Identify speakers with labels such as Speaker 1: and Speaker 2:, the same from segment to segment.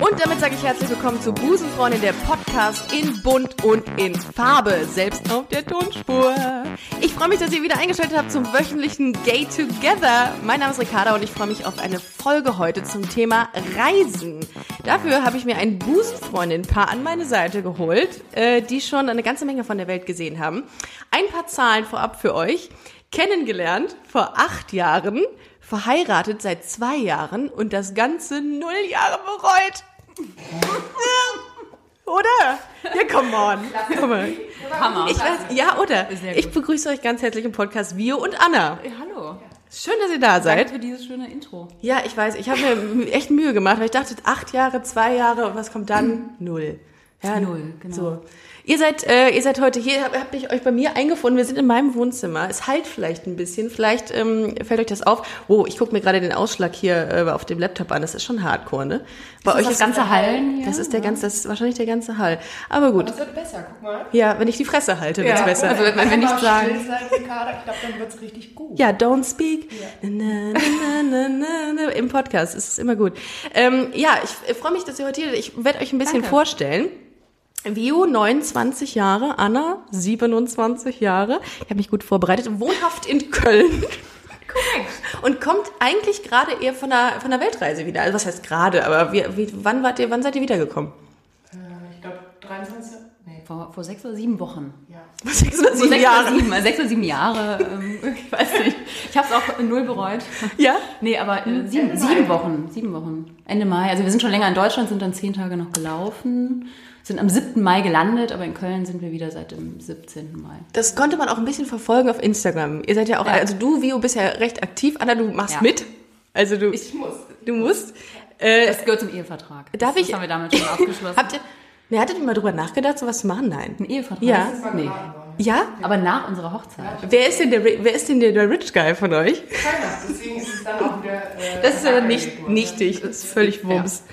Speaker 1: Und damit sage ich herzlich willkommen zu Busenfreundin, der Podcast in Bunt und in Farbe, selbst auf der Tonspur. Ich freue mich, dass ihr wieder eingeschaltet habt zum wöchentlichen Gay Together. Mein Name ist Ricarda und ich freue mich auf eine Folge heute zum Thema Reisen. Dafür habe ich mir ein Busenfreundin-Paar an meine Seite geholt, äh, die schon eine ganze Menge von der Welt gesehen haben. Ein paar Zahlen vorab für euch. Kennengelernt vor acht Jahren, verheiratet seit zwei Jahren und das Ganze null Jahre bereut. Oder? Ja, come on. Come on.
Speaker 2: Hammer.
Speaker 1: Ich weiß, ja, oder?
Speaker 2: Sehr gut.
Speaker 1: Ich begrüße euch ganz herzlich im Podcast Vio und Anna.
Speaker 2: Ja, hallo.
Speaker 1: Schön, dass ihr da
Speaker 2: Danke
Speaker 1: seid.
Speaker 2: für dieses schöne Intro.
Speaker 1: Ja, ich weiß, ich habe mir echt Mühe gemacht, weil ich dachte, acht Jahre, zwei Jahre und was kommt dann? Null. Ja,
Speaker 2: Null, genau.
Speaker 1: So. Ihr seid, äh, ihr seid heute hier, habt hab ich euch bei mir eingefunden. Wir sind in meinem Wohnzimmer. Es halt vielleicht ein bisschen. Vielleicht ähm, fällt euch das auf. Oh, ich gucke mir gerade den Ausschlag hier äh, auf dem Laptop an. Das ist schon hardcore, ne? Bei
Speaker 2: das ganze Hallen hier?
Speaker 1: Das ist der ganze, das ist wahrscheinlich der ganze Hall. Aber gut.
Speaker 3: Das wird besser, guck mal.
Speaker 1: Ja, wenn ich die Fresse halte, wird's besser.
Speaker 3: guck mal,
Speaker 2: wird man mir
Speaker 3: einfach
Speaker 2: nicht sagen.
Speaker 3: still Sein, Ricarda. ich glaube, dann wird's richtig gut.
Speaker 1: Ja, don't speak. Na, na, na, na, na, na. Im Podcast ist es immer gut. Ähm, ja, ich äh, freue mich, dass ihr heute hier seid. Ich werde euch ein bisschen
Speaker 2: Danke.
Speaker 1: vorstellen. Vio 29 Jahre, Anna 27 Jahre. Ich habe mich gut vorbereitet. Wohnhaft in Köln. Und kommt eigentlich gerade eher von der, von der Weltreise wieder. Also was heißt gerade, aber wir, wie, wann, wart ihr, wann seid ihr wiedergekommen?
Speaker 3: Äh, Ich glaube, 23. Nee.
Speaker 2: Vor, vor sechs oder sieben Wochen.
Speaker 3: Ja.
Speaker 1: Vor sechs oder
Speaker 2: Vor
Speaker 1: sieben
Speaker 2: sechs Oder
Speaker 1: Jahren.
Speaker 2: sieben, also sechs oder sieben Jahre. Ähm, ich weiß nicht. Ich habe es auch null bereut.
Speaker 1: Ja?
Speaker 2: Nee, aber äh, sieben, sieben Wochen. Sieben Wochen. Ende Mai. Also wir sind schon länger in Deutschland, sind dann zehn Tage noch gelaufen. Sind am 7. Mai gelandet, aber in Köln sind wir wieder seit dem 17. Mai.
Speaker 1: Das konnte man auch ein bisschen verfolgen auf Instagram. Ihr seid ja auch,
Speaker 2: Ja.
Speaker 1: also du, Vio, bist ja recht aktiv. Anna, du machst
Speaker 2: Ja.
Speaker 1: mit. Also du,
Speaker 3: Ich muss.
Speaker 1: du musst. Äh,
Speaker 2: Das gehört zum Ehevertrag.
Speaker 1: Darf
Speaker 2: das,
Speaker 1: ich-
Speaker 2: Das haben wir damals schon abgeschlossen.
Speaker 1: habt ihr, ne, hattet ihr mal drüber nachgedacht, sowas zu machen? Nein.
Speaker 2: einen Ehevertrag?
Speaker 1: Ja.
Speaker 2: Nee.
Speaker 1: Ja?
Speaker 2: Aber nach unserer Hochzeit.
Speaker 1: Wer ist denn der, Ri- wer ist denn der, der Rich Guy von euch?
Speaker 3: Keiner. Deswegen ist es dann auch wieder. Äh,
Speaker 1: Das ist aber
Speaker 3: abgelegt
Speaker 1: nicht,
Speaker 3: worden.
Speaker 1: nichtig, das ist völlig Wumms.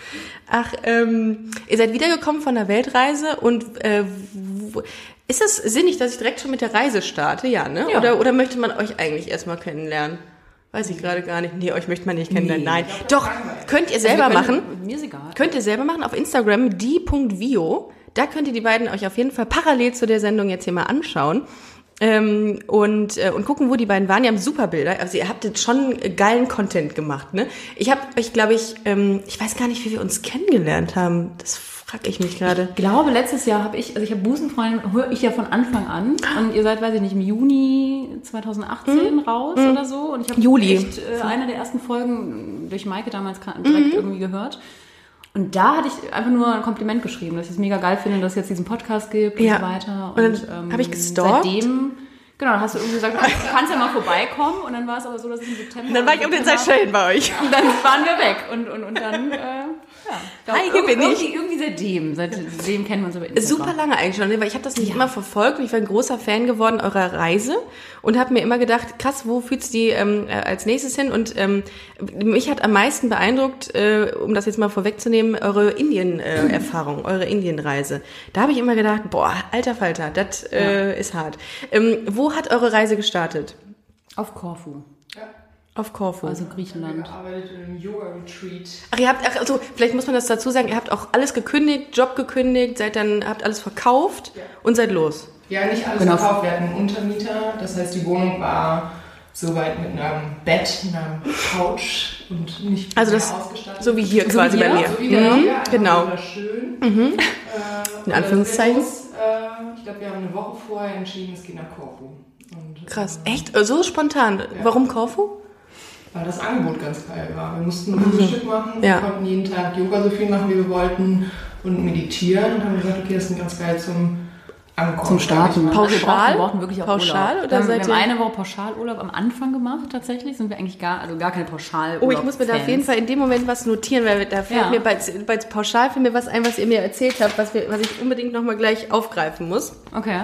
Speaker 1: Ach, ähm, ihr seid wiedergekommen von der Weltreise und äh, wo- ist es sinnig, dass ich direkt schon mit der Reise starte? Ja, ne?
Speaker 2: Ja.
Speaker 1: Oder, oder möchte man euch eigentlich erstmal kennenlernen? Weiß ich gerade gar nicht. Nee, euch möchte man nicht kennenlernen.
Speaker 2: Nee.
Speaker 1: Nein. Doch, könnt ihr selber
Speaker 2: Wir können-
Speaker 1: machen.
Speaker 2: Mir ist egal.
Speaker 1: Könnt ihr selber machen auf Instagram die.vio. Da könnt ihr die beiden euch auf jeden Fall parallel zu der Sendung jetzt hier mal anschauen. Ähm, und, äh, und gucken, wo die beiden waren. Die haben super Bilder. Also ihr habt jetzt schon geilen Content gemacht, ne? Ich habe euch, glaube ich, ähm, ich weiß gar nicht, wie wir uns kennengelernt haben. Das frag ich mich gerade.
Speaker 2: Ich glaube, letztes Jahr habe ich, also ich habe Busenfreundin, höre ich ja von Anfang an. Und ihr seid, weiß ich nicht, im Juni 2018 raus oder so. Und ich habe
Speaker 1: Hm? Juli.
Speaker 2: echt äh, eine der ersten Folgen durch Maike damals ka- direkt
Speaker 1: Mhm.
Speaker 2: irgendwie gehört. Und da hatte ich einfach nur ein Kompliment geschrieben, dass ich es mega geil finde, dass es jetzt diesen Podcast gibt
Speaker 1: Ja.
Speaker 2: und so weiter.
Speaker 1: Und dann habe ich gestalkt.
Speaker 2: Seitdem, genau, dann hast du irgendwie gesagt, du kannst ja mal vorbeikommen. Und dann war es aber so, dass es im September...
Speaker 1: Und dann war ich auf den Seychellen bei euch.
Speaker 2: Und dann waren wir weg und, und, und dann, äh, ja. Da-
Speaker 1: Hi, hier bin
Speaker 2: irgendwie, irgendwie seitdem, seitdem kennen wir uns aber Instagram.
Speaker 1: Super lange eigentlich schon, ne? weil ich habe das nicht immer verfolgt. und Ich war ein großer Fan geworden eurer Reise und habe mir immer gedacht, krass, wo führt's die ähm, äh, als nächstes hin? Und ähm, mich hat am meisten beeindruckt, äh, um das jetzt mal vorwegzunehmen, eure Indien-Erfahrung, eure Indien-Reise. Da habe ich immer gedacht, boah, alter Falter, das äh, ist hart. Ähm, wo hat eure Reise gestartet?
Speaker 2: Auf Korfu,
Speaker 1: Auf Korfu.
Speaker 2: also Griechenland.
Speaker 3: Gearbeitet in einem Yoga-Retreat.
Speaker 1: Ach, ihr habt, ach, also vielleicht muss man das dazu sagen, ihr habt auch alles gekündigt, Job gekündigt, seid dann, habt alles verkauft und seid los.
Speaker 3: Ja, nicht alles
Speaker 2: Genau.
Speaker 3: verkauft. Wir hatten einen Untermieter. Das heißt, die Wohnung war soweit mit einem Bett, einer Couch und nicht
Speaker 1: Also
Speaker 3: mehr
Speaker 1: das,
Speaker 3: ausgestattet.
Speaker 1: so wie hier
Speaker 2: So
Speaker 1: quasi
Speaker 2: wie
Speaker 1: bei
Speaker 2: hier?
Speaker 1: mir.
Speaker 3: So wie der
Speaker 1: Mhm,
Speaker 3: hier, einfach
Speaker 1: Genau. Mhm.
Speaker 3: wunderschön. Äh,
Speaker 1: In Anführungszeichen.
Speaker 3: und dann sind wir los. Äh, ich glaube, wir haben eine Woche vorher entschieden, es geht nach Korfu. Und,
Speaker 1: Krass.
Speaker 3: Äh,
Speaker 1: Echt? Äh, So spontan. Warum Korfu?
Speaker 3: weil das Angebot ganz geil war. Wir mussten ein Frühstück machen,
Speaker 1: Ja.
Speaker 3: wir konnten jeden Tag Yoga so viel machen, wie wir wollten und meditieren. Und haben gesagt, okay, das ist ein ganz geil zum Ankommen.
Speaker 2: Zum Starten. ne?
Speaker 1: Pauschal?
Speaker 2: Wir brauchen, wir brauchen wirklich auch
Speaker 1: Pauschal
Speaker 2: Urlaub.
Speaker 1: oder
Speaker 2: wir haben,
Speaker 1: seid
Speaker 2: wir haben
Speaker 1: ihr-
Speaker 2: eine Woche Pauschalurlaub am Anfang gemacht, tatsächlich. Sind wir eigentlich gar, also gar keine Pauschalurlaub.
Speaker 1: Oh, ich muss mir da auf jeden Fall in dem Moment was notieren, weil da fällt
Speaker 2: Ja.
Speaker 1: mir bei, bei pauschal fällt mir was ein, was ihr mir erzählt habt, was, wir, was ich unbedingt nochmal gleich aufgreifen muss.
Speaker 2: Okay.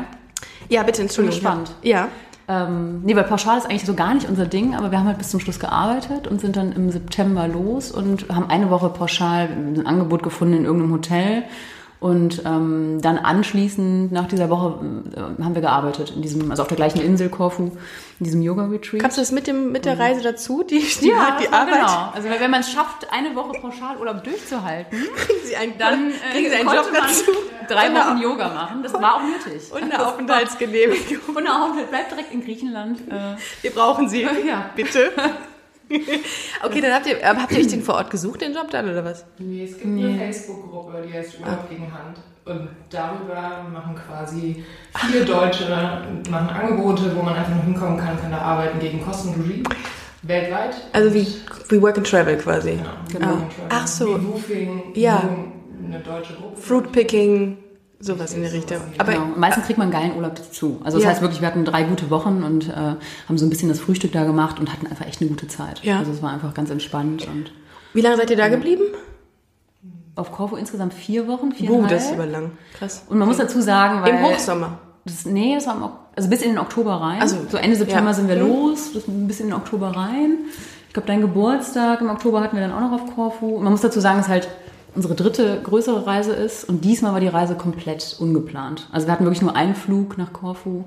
Speaker 1: Ja, bitte, Entschuldigung.
Speaker 2: gespannt.
Speaker 1: Ja.
Speaker 2: Ähm, nee, weil pauschal ist eigentlich so gar nicht unser Ding, aber wir haben halt bis zum Schluss gearbeitet und sind dann im September los und haben eine Woche pauschal ein Angebot gefunden in irgendeinem Hotel. Und ähm, dann anschließend, nach dieser Woche, äh, haben wir gearbeitet in diesem, also auf der gleichen Insel Korfu, in diesem Yoga-Retreat.
Speaker 1: Kamst du das mit, dem, mit der Reise dazu, die, die, die
Speaker 2: war
Speaker 1: Arbeit?
Speaker 2: Genau. Also wenn man es schafft, eine Woche Pauschalurlaub durchzuhalten,
Speaker 1: Kriegen Sie einen,
Speaker 2: dann äh,
Speaker 1: kriegen Sie einen
Speaker 2: konnte
Speaker 1: Job
Speaker 2: man
Speaker 1: dazu.
Speaker 2: drei
Speaker 1: Genau.
Speaker 2: Wochen Yoga machen. Das war auch nötig.
Speaker 1: Und eine Aufenthaltsgenehmigung.
Speaker 2: Und auch bleibt direkt in Griechenland. Äh,
Speaker 1: Wir brauchen Sie.
Speaker 2: ja.
Speaker 1: Bitte. okay, dann habt ihr, ähm, habt ihr euch den vor Ort gesucht, den Job dann, oder was?
Speaker 3: Nee, es gibt eine Facebook-Gruppe, die heißt Urlaub gegen Hand. Und darüber machen quasi vier Deutsche machen Angebote, wo man einfach nur hinkommen kann, kann da arbeiten gegen Kosten und Regie. Weltweit.
Speaker 1: Also wie, wie Work and Travel quasi.
Speaker 3: Ja,
Speaker 1: Genau. Ach so.
Speaker 3: Wie Roofing,
Speaker 1: Ja.
Speaker 3: nur eine deutsche Gruppe.
Speaker 1: Fruitpicking, sowas in die Richtung. Aber
Speaker 2: genau. Und Meistens kriegt man einen geilen Urlaub dazu. Also das
Speaker 1: Ja.
Speaker 2: heißt wirklich, wir hatten drei gute Wochen und äh, haben so ein bisschen das Frühstück da gemacht und hatten einfach echt eine gute Zeit.
Speaker 1: Ja.
Speaker 2: Also es war einfach ganz entspannt und
Speaker 1: wie lange seid ihr da geblieben?
Speaker 2: auf Korfu insgesamt vier Wochen,
Speaker 1: Boom,
Speaker 2: viereinhalb.
Speaker 1: Uh, das ist aber lang. Krass.
Speaker 2: und man muss dazu sagen, weil
Speaker 1: Im Hochsommer.
Speaker 2: Das, nee, das war im, Ok- also bis in den Oktober rein.
Speaker 1: Also,
Speaker 2: Also, so Ende
Speaker 1: ja.
Speaker 2: September
Speaker 1: Mhm.
Speaker 2: sind wir los, das, bis in den Oktober rein. Ich glaube, dein Geburtstag im Oktober hatten wir dann auch noch auf Korfu. Und man muss dazu sagen, es halt unsere dritte größere Reise ist. Und diesmal war die Reise komplett ungeplant. Also wir hatten wirklich nur einen Flug nach Korfu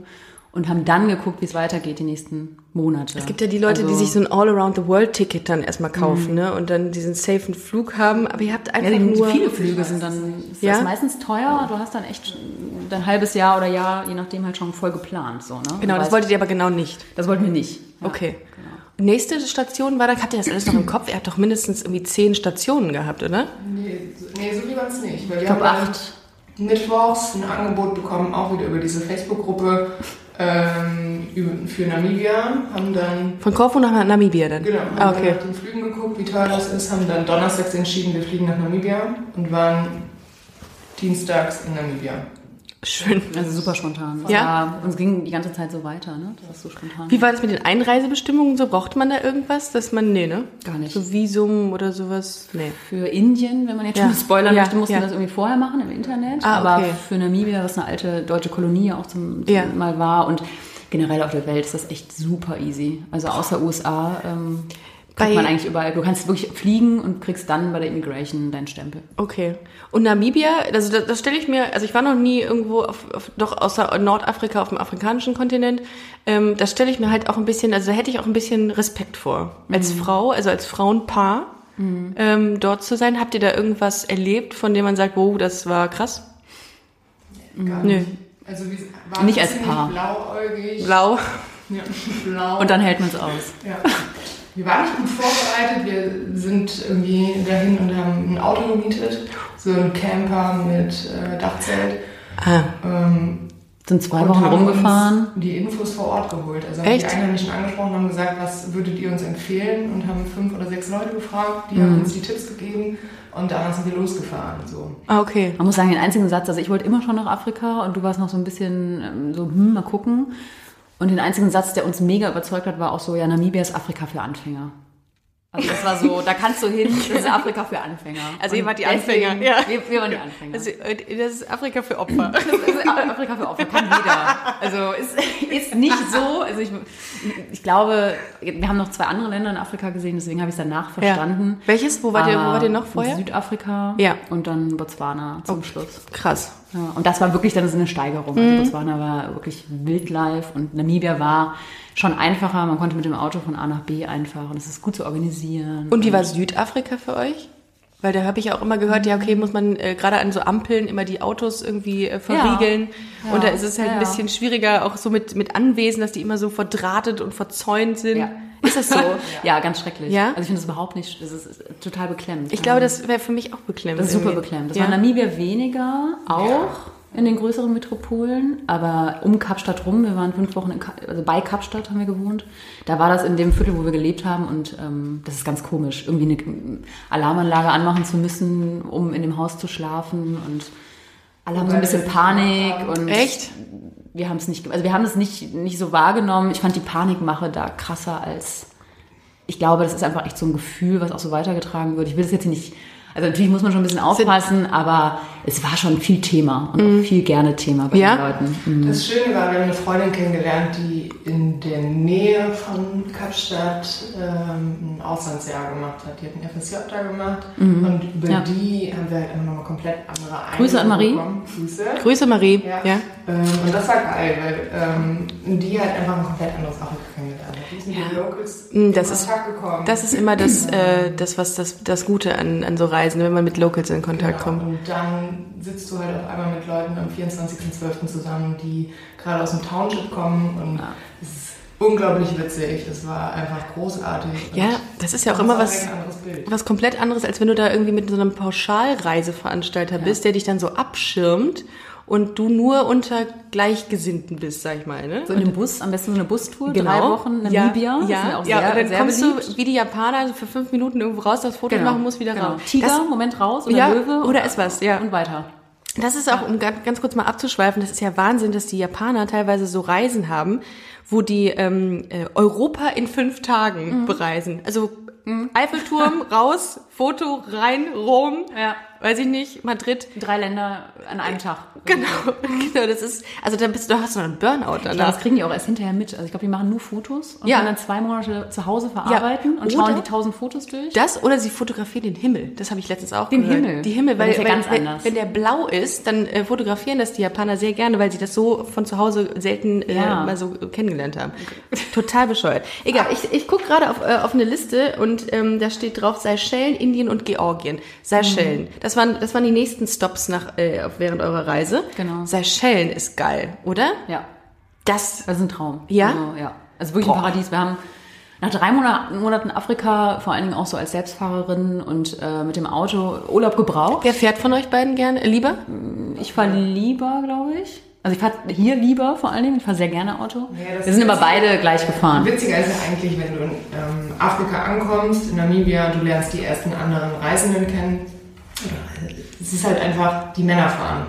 Speaker 2: und haben dann geguckt, wie es weitergeht die nächsten Monate.
Speaker 1: Es gibt ja die Leute,
Speaker 2: Also
Speaker 1: die sich so ein All-Around-the-World-Ticket dann erstmal kaufen, ne? Und dann diesen safen Flug haben. Aber ihr habt einfach
Speaker 2: Mhm. Ja, die,
Speaker 1: nur...
Speaker 2: viele Flüge sind dann ist
Speaker 1: Ja.
Speaker 2: das meistens teuer. Du hast dann echt dein halbes Jahr oder Jahr, je nachdem, halt schon voll geplant. So, ne?
Speaker 1: Genau,
Speaker 2: Und
Speaker 1: das
Speaker 2: weißt-
Speaker 1: wolltet ihr aber genau nicht.
Speaker 2: das wollten wir nicht. Ja. genau.
Speaker 1: Okay. Nächste Station war dann, habt ihr das alles noch im Kopf? Ihr habt doch mindestens irgendwie zehn Stationen gehabt, oder?
Speaker 3: Nee, so- nee, so viel waren es nicht. Weil wir
Speaker 2: glaub,
Speaker 3: haben
Speaker 2: acht.
Speaker 3: dann mittwochs ein Angebot bekommen, auch wieder über diese Facebook-Gruppe ähm, über- für Namibia. Haben dann,
Speaker 1: Von Korfu nach Namibia dann?
Speaker 3: genau, haben
Speaker 1: Ah, okay.
Speaker 3: dann nach den Flügen geguckt, wie teuer das ist. Haben dann donnerstags entschieden, wir fliegen nach Namibia und waren dienstags in Namibia.
Speaker 1: Schön.
Speaker 2: Also super spontan.
Speaker 1: Ja?
Speaker 2: Aber uns ging die ganze Zeit so weiter, ne? Das ist so spontan.
Speaker 1: Wie war das mit den Einreisebestimmungen? So brauchte man da irgendwas, dass man, nee, ne?
Speaker 2: Gar nicht.
Speaker 1: So Visum oder sowas? Nee.
Speaker 2: Für Indien, wenn man jetzt
Speaker 1: Ja.
Speaker 2: schon spoilern
Speaker 1: Ja,
Speaker 2: möchte, mussten
Speaker 1: ja.
Speaker 2: wir das irgendwie vorher machen im Internet.
Speaker 1: Ah,
Speaker 2: Aber
Speaker 1: okay.
Speaker 2: für Namibia, was eine alte deutsche Kolonie auch zum, zum
Speaker 1: Ja.
Speaker 2: Mal war und generell auf der Welt ist das echt super easy. Also außer USA ähm,
Speaker 1: Bei-
Speaker 2: kriegt man eigentlich überall. Du kannst wirklich fliegen und kriegst dann bei der Immigration deinen Stempel.
Speaker 1: Okay. Und Namibia, also das, das stelle ich mir, also ich war noch nie irgendwo, auf, auf, doch außer Nordafrika auf dem afrikanischen Kontinent, ähm, das stelle ich mir halt auch ein bisschen, also da hätte ich auch ein bisschen Respekt vor. Als Frau, also als Frauenpaar ähm, dort zu sein, habt ihr da irgendwas erlebt, von dem man sagt, wow, das war krass?
Speaker 3: Gar
Speaker 1: Nö.
Speaker 3: nicht. Also wir waren
Speaker 2: Nicht als
Speaker 3: ziemlich
Speaker 2: Paar.
Speaker 3: blauäugig.
Speaker 1: Blau.
Speaker 3: Ja, blau.
Speaker 2: Und dann hält man es aus.
Speaker 3: Ja. Wir waren nicht gut vorbereitet. Wir sind irgendwie dahin und haben ein Auto gemietet. So ein Camper mit äh, Dachzelt.
Speaker 1: Ah.
Speaker 3: Ähm,
Speaker 2: Sind zwei
Speaker 3: und
Speaker 2: Wochen
Speaker 3: haben
Speaker 2: rumgefahren.
Speaker 3: uns die Infos vor Ort geholt. Also haben
Speaker 1: Echt?
Speaker 3: die Einheimischen angesprochen, haben gesagt, was würdet ihr uns empfehlen? Und haben fünf oder sechs Leute gefragt. Die
Speaker 2: Mhm.
Speaker 3: haben uns die Tipps gegeben. Und danach sind wir losgefahren. So.
Speaker 1: Ah, okay.
Speaker 2: Man muss sagen, den einzigen Satz, also ich wollte immer schon nach Afrika und du warst noch so ein bisschen ähm, so, hm, mal gucken. Und den einzigen Satz, der uns mega überzeugt hat, war auch so, ja, Namibia ist Afrika für Anfänger. Also das war so, da kannst du hin, das ist Afrika für Anfänger.
Speaker 1: Also ihr
Speaker 2: Und
Speaker 1: wart die
Speaker 2: deswegen-
Speaker 1: Anfänger, ja.
Speaker 2: Wir, wir waren die Anfänger.
Speaker 1: Also, äh, das ist Afrika für Opfer.
Speaker 2: Also Afrika für Opfer kann jeder. Also ist, ist nicht so. Also ich, ich glaube, wir haben noch zwei andere Länder in Afrika gesehen, deswegen habe ich es danach verstanden.
Speaker 1: Welches? Wo wart, ihr, wo
Speaker 2: Aber
Speaker 1: wart ihr noch vorher?
Speaker 2: Südafrika
Speaker 1: Ja.
Speaker 2: und dann Botswana zum Schluss.
Speaker 1: Krass.
Speaker 2: Ja, und das war wirklich dann so eine Steigerung. Also Botswana war wirklich Wildlife und Namibia war schon einfacher. Man konnte mit dem Auto von A nach B einfahren. Es ist gut zu organisieren.
Speaker 1: Und wie war Südafrika für euch? Weil da habe ich ja auch immer gehört, ja, okay, muss man äh, gerade an so Ampeln immer die Autos irgendwie äh, verriegeln.
Speaker 2: Ja.
Speaker 1: Und da
Speaker 2: Ja.
Speaker 1: ist es halt
Speaker 2: Ja,
Speaker 1: ein
Speaker 2: ja.
Speaker 1: bisschen schwieriger, auch so mit, mit Anwesen, dass die immer so verdrahtet und verzäunt sind.
Speaker 2: ja. Ist das so? ja, ganz schrecklich.
Speaker 1: Ja?
Speaker 2: Also ich finde das überhaupt nicht, das ist total beklemmt.
Speaker 1: Ich glaube,
Speaker 2: Ähm,
Speaker 1: das wäre für mich auch beklemmt.
Speaker 2: das ist super
Speaker 1: irgendwie.
Speaker 2: beklemmt. Das
Speaker 1: ja.
Speaker 2: war in Namibia weniger, auch in den größeren Metropolen, aber um Kapstadt rum, wir waren fünf Wochen in Ka also bei Kapstadt haben wir gewohnt, da war das in dem Viertel, wo wir gelebt haben und ähm, das ist ganz komisch, irgendwie eine ähm, Alarmanlage anmachen zu müssen, um in dem Haus zu schlafen und alle haben so ein bisschen Panik und
Speaker 1: Echt?
Speaker 2: wir haben es nicht, ge- also wir haben es nicht, nicht so wahrgenommen. Ich fand die Panikmache da krasser als, ich glaube, das ist einfach echt so ein Gefühl, was auch so weitergetragen wird. Ich will das jetzt hier nicht Also natürlich muss man schon ein bisschen aufpassen, aber es war schon viel Thema und auch viel gerne Thema bei
Speaker 1: Mhm. Ja.
Speaker 2: den Leuten. Mhm.
Speaker 3: Das Schöne war, wir haben eine Freundin kennengelernt, die in der Nähe von Kapstadt ähm, ein Auslandsjahr gemacht hat. Die hat ein FSJ da gemacht und über
Speaker 2: Ja.
Speaker 3: die haben wir halt einfach nochmal komplett andere
Speaker 2: Grüße an Marie.
Speaker 3: Eindrücke bekommen. Grüße.
Speaker 1: Grüße, Marie.
Speaker 3: Ja.
Speaker 1: ja.
Speaker 3: Ähm, und das war geil, weil ähm, die halt einfach ein komplett anderes Afrika kennengelernt hat. Die sind mit den Locals
Speaker 1: Mm, das
Speaker 3: in
Speaker 1: ist-
Speaker 3: Kontakt gekommen.
Speaker 1: Das ist immer das, äh, das was das, das Gute an, an so Reisen, wenn man mit Locals in Kontakt
Speaker 3: Genau.
Speaker 1: kommt.
Speaker 3: Und dann sitzt du halt auf einmal mit Leuten am 24.12. zusammen, die gerade aus dem Township kommen und es ist unglaublich witzig. Es war einfach großartig.
Speaker 1: Ja,
Speaker 3: Und
Speaker 1: das ist ja auch immer
Speaker 3: das ist
Speaker 1: was,
Speaker 3: Ein anderes Bild.
Speaker 1: was komplett anderes, als wenn du da irgendwie mit so einem Pauschalreiseveranstalter bist, der dich dann so abschirmt und du nur unter Gleichgesinnten bist, sag ich mal. Ne?
Speaker 2: So in einem Bus, am besten so eine Bustour, drei Wochen
Speaker 1: Genau. Ja,
Speaker 2: Namibia. das sind
Speaker 1: Ja,
Speaker 2: auch
Speaker 1: ja,
Speaker 2: sehr,
Speaker 1: und dann
Speaker 2: sehr
Speaker 1: kommst
Speaker 2: beliebt. Genau.
Speaker 1: du wie die Japaner also für fünf Minuten irgendwo raus, das Foto machen musst, wieder raus.
Speaker 2: Tiger,
Speaker 1: Das,
Speaker 2: Moment raus oder
Speaker 1: Ja,
Speaker 2: Löwe.
Speaker 1: oder ist was, ja.
Speaker 2: Und weiter.
Speaker 1: Das ist auch, um ganz, ganz kurz mal abzuschweifen, das ist ja Wahnsinn, dass die Japaner teilweise so Reisen haben, wo die ähm, äh, Europa in fünf
Speaker 2: Mhm.
Speaker 1: Tagen bereisen. Also Eiffelturm, raus, Foto, rein, Rom,
Speaker 2: Ja.
Speaker 1: weiß ich nicht, Madrid.
Speaker 2: Drei Länder an einem Tag.
Speaker 1: Genau, genau, das ist, also dann bist du, da hast du noch einen Burnout
Speaker 2: Ich glaube, das
Speaker 1: danach.
Speaker 2: kriegen die auch erst hinterher mit. Also ich glaube, die machen nur Fotos und
Speaker 1: Ja.
Speaker 2: können dann zwei Monate zu Hause verarbeiten und
Speaker 1: Oder-
Speaker 2: schauen die tausend Fotos durch.
Speaker 1: Das oder sie fotografieren den Himmel. Das habe ich letztens auch
Speaker 2: Den
Speaker 1: gehört.
Speaker 2: Himmel.
Speaker 1: Die Himmel,
Speaker 2: Das
Speaker 1: weil
Speaker 2: ist ja
Speaker 1: wenn,
Speaker 2: ganz
Speaker 1: wenn,
Speaker 2: anders.
Speaker 1: wenn der blau ist, dann äh, fotografieren das die Japaner sehr gerne, weil sie das so von zu Hause selten äh,
Speaker 2: Ja.
Speaker 1: mal so kennengelernt haben. Total bescheuert. Egal, ich, ich gucke gerade auf, äh, auf eine Liste und ähm, da steht drauf Seychellen, Indien und Georgien. Seychellen.
Speaker 2: Mhm.
Speaker 1: Das, waren, das waren die nächsten Stops nach, äh, auf- während eurer Reise.
Speaker 2: Genau.
Speaker 1: Seychellen ist geil, oder?
Speaker 2: ja,
Speaker 1: Das
Speaker 2: das ist ein Traum.
Speaker 1: Ja?
Speaker 2: Also, ja. also wirklich ein Paradies. Wir haben nach drei Monaten, Monaten Afrika, vor allen Dingen auch so als Selbstfahrerin und äh, mit dem Auto Urlaub gebraucht.
Speaker 1: Wer fährt von euch beiden gerne? Lieber?
Speaker 2: Ich fahre lieber, glaube ich. Also ich fahre hier lieber vor allen Dingen. Ich fahre sehr gerne Auto.
Speaker 3: Ja, das
Speaker 2: Wir sind
Speaker 3: ist-
Speaker 2: immer beide gleich gefahren.
Speaker 3: Witziger ist ja eigentlich, wenn du in ähm, Afrika ankommst, in Namibia, du lernst die ersten anderen Reisenden kennen. Es ist halt einfach, die Männer fahren.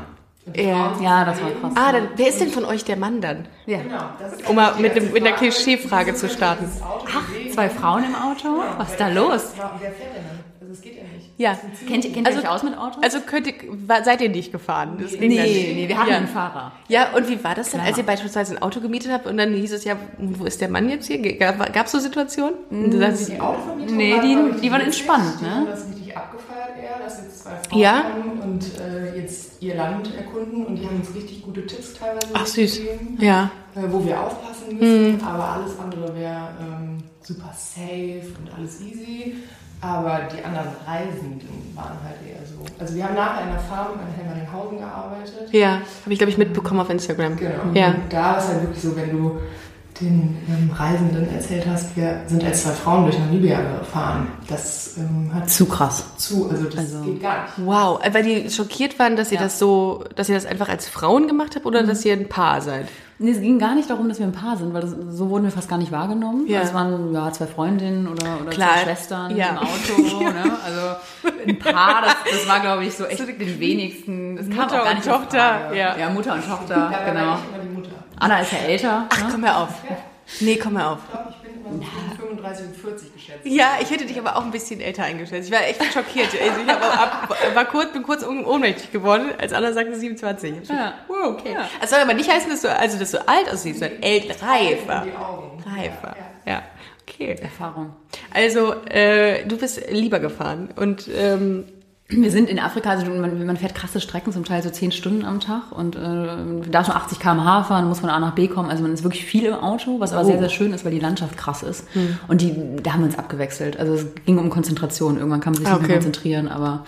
Speaker 1: Ja.
Speaker 2: Ja, das war krass.
Speaker 1: Ah, dann, wer ist denn von euch der Mann dann?
Speaker 2: ja.
Speaker 3: Genau, das ist
Speaker 1: Um mal
Speaker 3: eigentlich
Speaker 1: mit
Speaker 3: die
Speaker 1: dem-
Speaker 3: erste
Speaker 1: mit einer
Speaker 3: Frage.
Speaker 1: Klischeefrage
Speaker 3: Wieso
Speaker 1: zu
Speaker 3: wird denn
Speaker 1: starten.
Speaker 3: dieses Auto bewegt?
Speaker 2: Zwei Frauen im Auto? Was ist da los?
Speaker 3: Wer fährt denn dann? Also es geht ja nicht.
Speaker 1: Ja.
Speaker 2: Kennt, kennt
Speaker 1: Also-
Speaker 2: ihr euch aus mit Autos?
Speaker 1: Also könnt ihr, war- seid ihr nicht gefahren? Das ging dann
Speaker 2: nee,
Speaker 1: nicht.
Speaker 2: nee, wir hatten
Speaker 1: ja.
Speaker 2: einen Fahrer.
Speaker 1: Ja, und wie war das denn,
Speaker 2: Klar.
Speaker 1: als ihr beispielsweise ein Auto gemietet habt und dann hieß es ja, wo ist der Mann jetzt hier? Gab es so Situationen? Und
Speaker 2: Mm.
Speaker 1: du sagst,
Speaker 3: Die Autovermietung
Speaker 2: Nee,
Speaker 3: war,
Speaker 2: die-
Speaker 3: glaub ich,
Speaker 2: die waren
Speaker 3: riesig.
Speaker 2: entspannt,
Speaker 3: Die
Speaker 2: ne?
Speaker 3: haben das richtig abgefeiert eher, dass jetzt zwei Frauen
Speaker 1: Ja.
Speaker 3: kommen und äh, jetzt ihr Land erkunden und die haben uns richtig gute Tipps teilweise
Speaker 1: Ach, süß.
Speaker 3: gegeben,
Speaker 1: ja.
Speaker 3: äh, wo wir aufpassen müssen,
Speaker 2: Mhm.
Speaker 3: aber alles andere wäre ähm, super safe und alles easy. Aber die anderen Reisenden waren halt eher so. Also wir haben nachher in der Farm in Helmeringhausen gearbeitet.
Speaker 1: Ja, habe ich, glaube ich, mitbekommen auf Instagram.
Speaker 3: Genau.
Speaker 1: Ja.
Speaker 3: Und da ist halt wirklich so, wenn du den ähm, Reisenden erzählt hast, wir sind als zwei Frauen durch Namibia gefahren. Das ähm, hat
Speaker 2: Zu krass.
Speaker 3: zu, also das
Speaker 2: Also-
Speaker 3: geht gar nicht.
Speaker 1: Wow, äh, weil die schockiert waren, dass ihr
Speaker 2: Ja. Mhm.
Speaker 1: das so, dass ihr das einfach als Frauen gemacht habt oder dass ihr ein Paar seid.
Speaker 2: Nee, es ging gar nicht darum, dass wir ein Paar sind, weil das, so wurden wir fast gar nicht wahrgenommen.
Speaker 1: Ja.
Speaker 2: Ja. Es waren ja, zwei Freundinnen oder, oder
Speaker 1: Klar.
Speaker 2: zwei Schwestern
Speaker 1: Ja.
Speaker 2: im Auto. Ne? Also ein Paar, das, das war, glaube ich, so echt den wenigsten. Es kam
Speaker 1: Mutter
Speaker 2: auch gar
Speaker 1: und
Speaker 2: nicht auf
Speaker 1: Tochter,
Speaker 2: Frage.
Speaker 1: ja.
Speaker 2: Ja. Mutter und Tochter,
Speaker 3: Da
Speaker 2: genau.
Speaker 3: war ich immer die Mutter.
Speaker 2: Anna ist ja älter. ne?
Speaker 1: Komm her auf. Nee, komm her auf.
Speaker 3: Ich glaube, ich bin immer so zwischen 35 und 40 geschätzt.
Speaker 1: Ja, ich hätte dich aber auch ein bisschen älter eingeschätzt. Ich war echt schockiert. Also ich hab auch ab, war kurz, bin kurz un- ohnmächtig geworden, als Anna sagte 27. Ich hab schon-
Speaker 2: Ja.
Speaker 1: Wow, okay.
Speaker 2: Ja.
Speaker 1: Das soll aber nicht heißen, dass du, also, dass du alt aussiehst, sondern ält, reifer.
Speaker 3: Die Augen.
Speaker 1: Reifer. Ja. Okay.
Speaker 2: Erfahrung.
Speaker 1: Also, äh, du bist lieber gefahren und ähm,
Speaker 2: Wir sind in Afrika, also man, man fährt krasse Strecken, zum Teil so 10 Stunden am Tag und äh, man darf nur 80 km/h fahren, muss von A nach B kommen. Also man ist wirklich viel im Auto, was aber sehr, sehr schön ist, weil die Landschaft krass ist. Und die, da haben wir uns abgewechselt. Also es ging um Konzentration. Irgendwann kann man sich nicht
Speaker 1: Okay.
Speaker 2: mehr konzentrieren, aber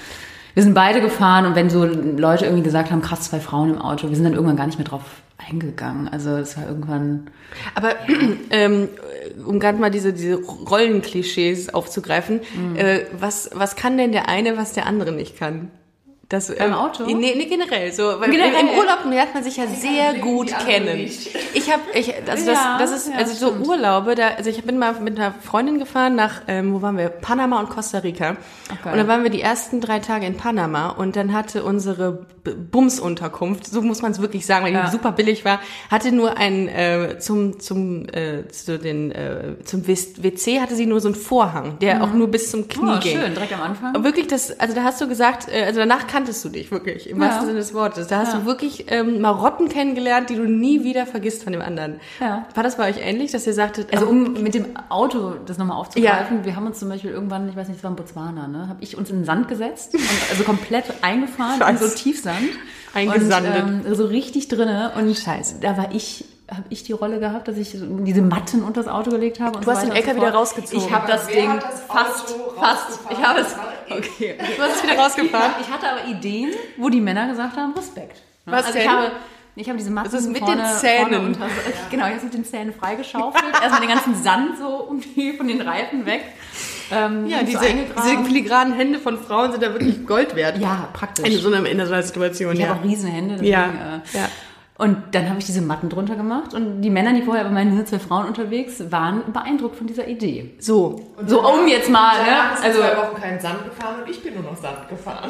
Speaker 2: wir sind beide gefahren und wenn so Leute irgendwie gesagt haben, krass, zwei Frauen im Auto, wir sind dann irgendwann gar nicht mehr drauf eingegangen. Also es war irgendwann,
Speaker 1: Aber ähm, um gerade mal diese, diese Rollenklischees aufzugreifen,
Speaker 2: Mhm.
Speaker 1: äh, was, was kann denn der eine, was der andere nicht kann? Das, ähm,
Speaker 2: Auto?
Speaker 1: Nee, nee, generell. So, weil
Speaker 2: Generell?
Speaker 1: Im Urlaub lernt man sich ja sehr
Speaker 3: Blicken,
Speaker 1: gut
Speaker 3: die anderen
Speaker 1: kennen.
Speaker 3: nicht.
Speaker 1: Ich habe Ich, also das,
Speaker 2: Ja,
Speaker 1: das ist
Speaker 2: ja,
Speaker 1: also so
Speaker 2: stimmt.
Speaker 1: Urlaube. Da, also ich bin mal mit einer Freundin gefahren nach, ähm, wo waren wir? Panama und Costa Rica.
Speaker 2: geil.
Speaker 1: und dann waren wir die ersten drei Tage in Panama und dann hatte unsere B- Bumsunterkunft, so muss man es wirklich sagen, weil
Speaker 2: Ja.
Speaker 1: die super billig war, hatte nur ein äh, zum zum äh, zu den äh, zum WC hatte sie nur so einen Vorhang, der auch nur bis zum Knie
Speaker 2: Oh,
Speaker 1: ging.
Speaker 2: schön, direkt am Anfang.
Speaker 1: Wirklich, das, also da hast du gesagt, äh, also danach kanntest du dich wirklich, im
Speaker 2: Ja.
Speaker 1: wahrsten Sinne des Wortes. Da hast
Speaker 2: Ja.
Speaker 1: du wirklich ähm, Marotten kennengelernt, die du nie wieder vergisst von dem anderen.
Speaker 2: Ja.
Speaker 1: War das bei euch ähnlich, dass ihr sagtet,
Speaker 2: Also
Speaker 1: also
Speaker 2: um mit dem Auto das nochmal aufzugreifen, wir haben uns zum Beispiel irgendwann, ich weiß nicht, es war in Botswana, ne, habe ich uns in den Sand gesetzt, und also komplett eingefahren in so
Speaker 1: Was?
Speaker 2: Tiefsand.
Speaker 1: Eingesandet.
Speaker 2: Und, ähm, so richtig drinne und Scheiße. da war ich, habe ich die Rolle gehabt, dass ich so diese Matten unter das Auto gelegt habe. Und
Speaker 1: Du
Speaker 2: so
Speaker 1: hast den
Speaker 2: weiter und so
Speaker 1: LKW wieder
Speaker 2: fort.
Speaker 1: rausgezogen.
Speaker 2: Ich habe das
Speaker 3: Wer
Speaker 2: Ding
Speaker 3: hat das Auto
Speaker 2: fast, fast, ich habe es,
Speaker 3: rausgefahren?
Speaker 1: okay, du hast es wieder rausgefahren.
Speaker 2: ich hatte aber Ideen, wo die Männer gesagt haben, Respekt. Ne?
Speaker 1: Was
Speaker 2: also ich
Speaker 1: denn?
Speaker 2: habe, ich habe diese Massen
Speaker 1: ist mit den
Speaker 2: vorne, Vorne
Speaker 1: Zähnen.
Speaker 2: unter, Genau, ich habe es mit den Zähnen freigeschaufelt. Erstmal den ganzen Sand so um die, von den Reifen weg. Ähm,
Speaker 1: Ja,
Speaker 2: so
Speaker 1: diese,
Speaker 2: eingegraben.
Speaker 1: diese filigranen Hände von Frauen sind da wirklich Gold wert.
Speaker 2: Ja, praktisch.
Speaker 1: In so einer, in so einer Situation,
Speaker 2: Ich
Speaker 1: ja.
Speaker 2: habe auch riesen Hände. Deswegen,
Speaker 1: Ja,
Speaker 2: Äh,
Speaker 1: ja.
Speaker 2: Und dann habe ich diese Matten drunter gemacht und die Männer, die vorher bei meinen zwei Frauen unterwegs waren, beeindruckt von dieser Idee.
Speaker 1: So.
Speaker 2: So, um jetzt mal,
Speaker 3: Danach
Speaker 2: ne?
Speaker 3: ist also
Speaker 2: Also,
Speaker 3: zwei Wochen keinen Sand gefahren und ich bin nur noch Sand gefahren.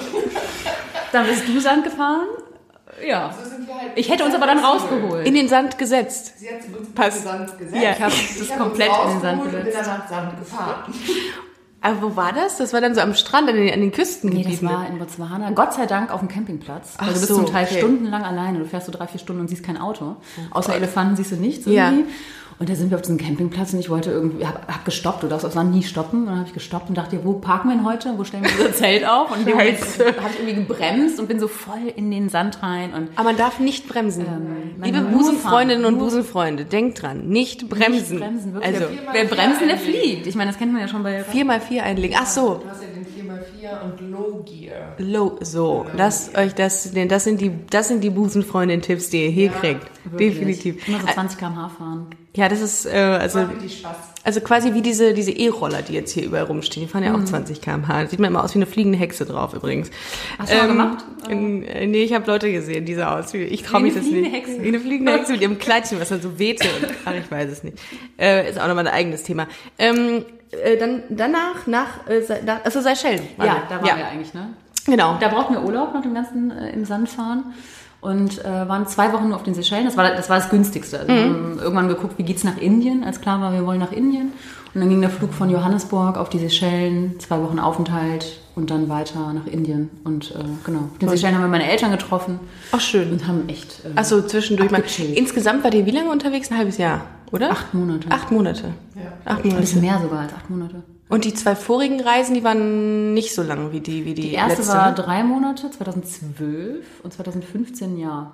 Speaker 2: dann bist du Sand gefahren. Ja.
Speaker 3: So sind wir halt
Speaker 2: Ich hätte uns aber dann rausgeholt.
Speaker 1: In den Sand gesetzt.
Speaker 3: Sie hat uns
Speaker 1: Passt.
Speaker 3: in den Sand gesetzt.
Speaker 1: Ja,
Speaker 3: ich
Speaker 1: ich
Speaker 2: hab
Speaker 3: habe
Speaker 2: das komplett in den Sand
Speaker 3: und bin
Speaker 2: gesetzt.
Speaker 3: danach Sand gefahren.
Speaker 1: Aber wo war das? Das war dann so am Strand, an den, an den Küsten
Speaker 2: Nee, das
Speaker 1: geblieben.
Speaker 2: war in Botswana. Gott sei Dank auf dem Campingplatz.
Speaker 1: Ach
Speaker 2: also du bist
Speaker 1: so,
Speaker 2: zum Teil
Speaker 1: okay. Oh
Speaker 2: stundenlang alleine. Du fährst so drei, vier Stunden und siehst kein Auto. Außer Elefanten siehst du nichts
Speaker 1: Ja.
Speaker 2: irgendwie. Und da sind wir auf diesem Campingplatz und ich wollte irgendwie, hab, hab gestoppt. Du darfst auf Sand nie stoppen. Und dann habe ich gestoppt und dachte, wo parken wir denn heute? Wo stellen wir unser Zelt auf? Und habe ich
Speaker 1: Scheiße.
Speaker 2: irgendwie gebremst und bin so voll in den Sand rein. Und
Speaker 1: Aber man darf nicht bremsen.
Speaker 2: man
Speaker 1: Liebe
Speaker 2: nur
Speaker 1: Busenfreundinnen
Speaker 2: Ähm, fahren,
Speaker 1: und
Speaker 2: nur-
Speaker 1: Busenfreunde, denkt dran, nicht bremsen.
Speaker 2: bremsen, wirklich.
Speaker 1: also
Speaker 3: Viermal
Speaker 2: wer
Speaker 3: vier
Speaker 2: bremsen, der
Speaker 3: einlegen.
Speaker 2: fliegt. Ich meine, das kennt man ja schon bei...
Speaker 1: vier mal vier einlegen. Ach so,
Speaker 3: Du hast ja den 4x4 und Low Gear.
Speaker 1: low, so. Lasst euch das, denn das sind die, das sind die Busenfreundin-Tipps, die ihr hier kriegt.
Speaker 2: Wirklich.
Speaker 1: Definitiv.
Speaker 2: Immer so 20 km/h fahren.
Speaker 1: Ja, das ist, äh, also,
Speaker 3: Macht richtig Spaß.
Speaker 1: also quasi wie diese, diese E-Roller, die jetzt hier überall rumstehen. Die fahren
Speaker 2: Mhm.
Speaker 1: ja auch 20 km/h. Sieht man immer aus wie eine fliegende Hexe drauf, übrigens. Ähm,
Speaker 2: Hast du mal gemacht?
Speaker 1: In, äh, nee, ich habe Leute gesehen, die so aus wie, ich traue
Speaker 2: Wie
Speaker 1: mich
Speaker 2: eine
Speaker 1: das
Speaker 2: fliegende
Speaker 1: nicht.
Speaker 2: Hexe.
Speaker 1: Wie eine fliegende Hexe mit ihrem Kleidchen, was dann so wehte. Und, ach, ich weiß es nicht. Äh, ist auch nochmal ein eigenes Thema. Ähm, äh, dann, danach, nach, äh, Se- nach also Seychellen. waren
Speaker 2: Ja, da waren
Speaker 1: ja.
Speaker 2: wir eigentlich, ne?
Speaker 1: Genau.
Speaker 2: Da brauchten wir Urlaub nach dem ganzen äh, im Sand fahren und äh, waren zwei Wochen nur auf den Seychellen. Das war das, war das günstigste. Also,
Speaker 1: Mhm.
Speaker 2: Wir haben irgendwann geguckt, wie geht's nach Indien, als klar war, wir wollen nach Indien. Und dann ging der Flug von Johannesburg auf die Seychellen, zwei Wochen Aufenthalt und dann weiter nach Indien. Und äh, genau, auf den Seychellen haben wir meine Eltern getroffen
Speaker 1: Auch schön.
Speaker 2: und haben echt äh,
Speaker 1: Achso, zwischendurch mal.
Speaker 2: Abgechillt.
Speaker 1: Insgesamt wart ihr wie lange unterwegs? Ein halbes Jahr, oder?
Speaker 2: acht Monate.
Speaker 1: Acht Monate.
Speaker 3: Ja.
Speaker 1: Acht
Speaker 2: Ein bisschen
Speaker 1: Monate.
Speaker 2: mehr sogar als acht Monate.
Speaker 1: Und die zwei vorigen Reisen, die waren nicht so lang wie die, wie die,
Speaker 2: Die erste
Speaker 1: letzte.
Speaker 2: war
Speaker 1: ne?
Speaker 2: drei Monate, 2012 und 2015 ein Jahr.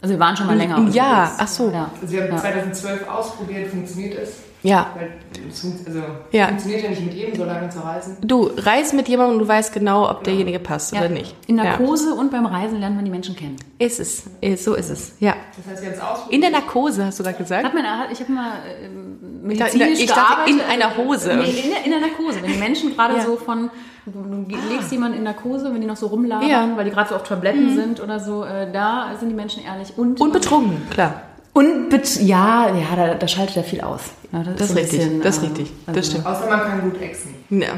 Speaker 2: Also wir waren schon mal länger.
Speaker 1: ein Jahr,
Speaker 2: unterwegs.
Speaker 1: ach so.
Speaker 2: Ja.
Speaker 3: Also wir haben
Speaker 2: Ja.
Speaker 3: 2012 ausprobiert, funktioniert es.
Speaker 1: Ja.
Speaker 3: Weil es fun- also
Speaker 1: Ja.
Speaker 3: funktioniert ja nicht mit jedem so lange zu reisen.
Speaker 1: Du reist mit jemandem und du weißt genau, ob derjenige passt
Speaker 2: Ja.
Speaker 1: oder nicht.
Speaker 2: In
Speaker 1: ja.
Speaker 2: Narkose und beim Reisen lernt man die Menschen kennen.
Speaker 1: Ist es. Ist, so ist es. Ja.
Speaker 3: Das heißt, wir haben es
Speaker 1: In
Speaker 3: ausprobiert.
Speaker 1: der Narkose, hast du gerade gesagt?
Speaker 2: Hat man, hat- ich habe mal ähm, medizinisch
Speaker 1: ich dachte, in
Speaker 2: gearbeitet.
Speaker 1: einer Hose.
Speaker 2: Nee, in, der, in der Narkose, wenn die Menschen gerade
Speaker 1: Ja. Ah.
Speaker 2: so von, du du legst jemanden in Narkose, wenn die noch so rumlabern,
Speaker 1: Ja. Mhm.
Speaker 2: weil die gerade so auf Tabletten sind oder so, äh, da sind die Menschen ehrlich und ähm,
Speaker 1: Und betrunken, klar.
Speaker 2: und bet- ja, ja, da, da schaltet er viel aus. Ja,
Speaker 1: Das ist
Speaker 2: so ein
Speaker 1: richtig,
Speaker 2: bisschen,
Speaker 1: das
Speaker 2: äh,
Speaker 1: ist richtig.
Speaker 2: also-
Speaker 1: das stimmt.
Speaker 3: Außer man kann gut exen.
Speaker 1: Ja.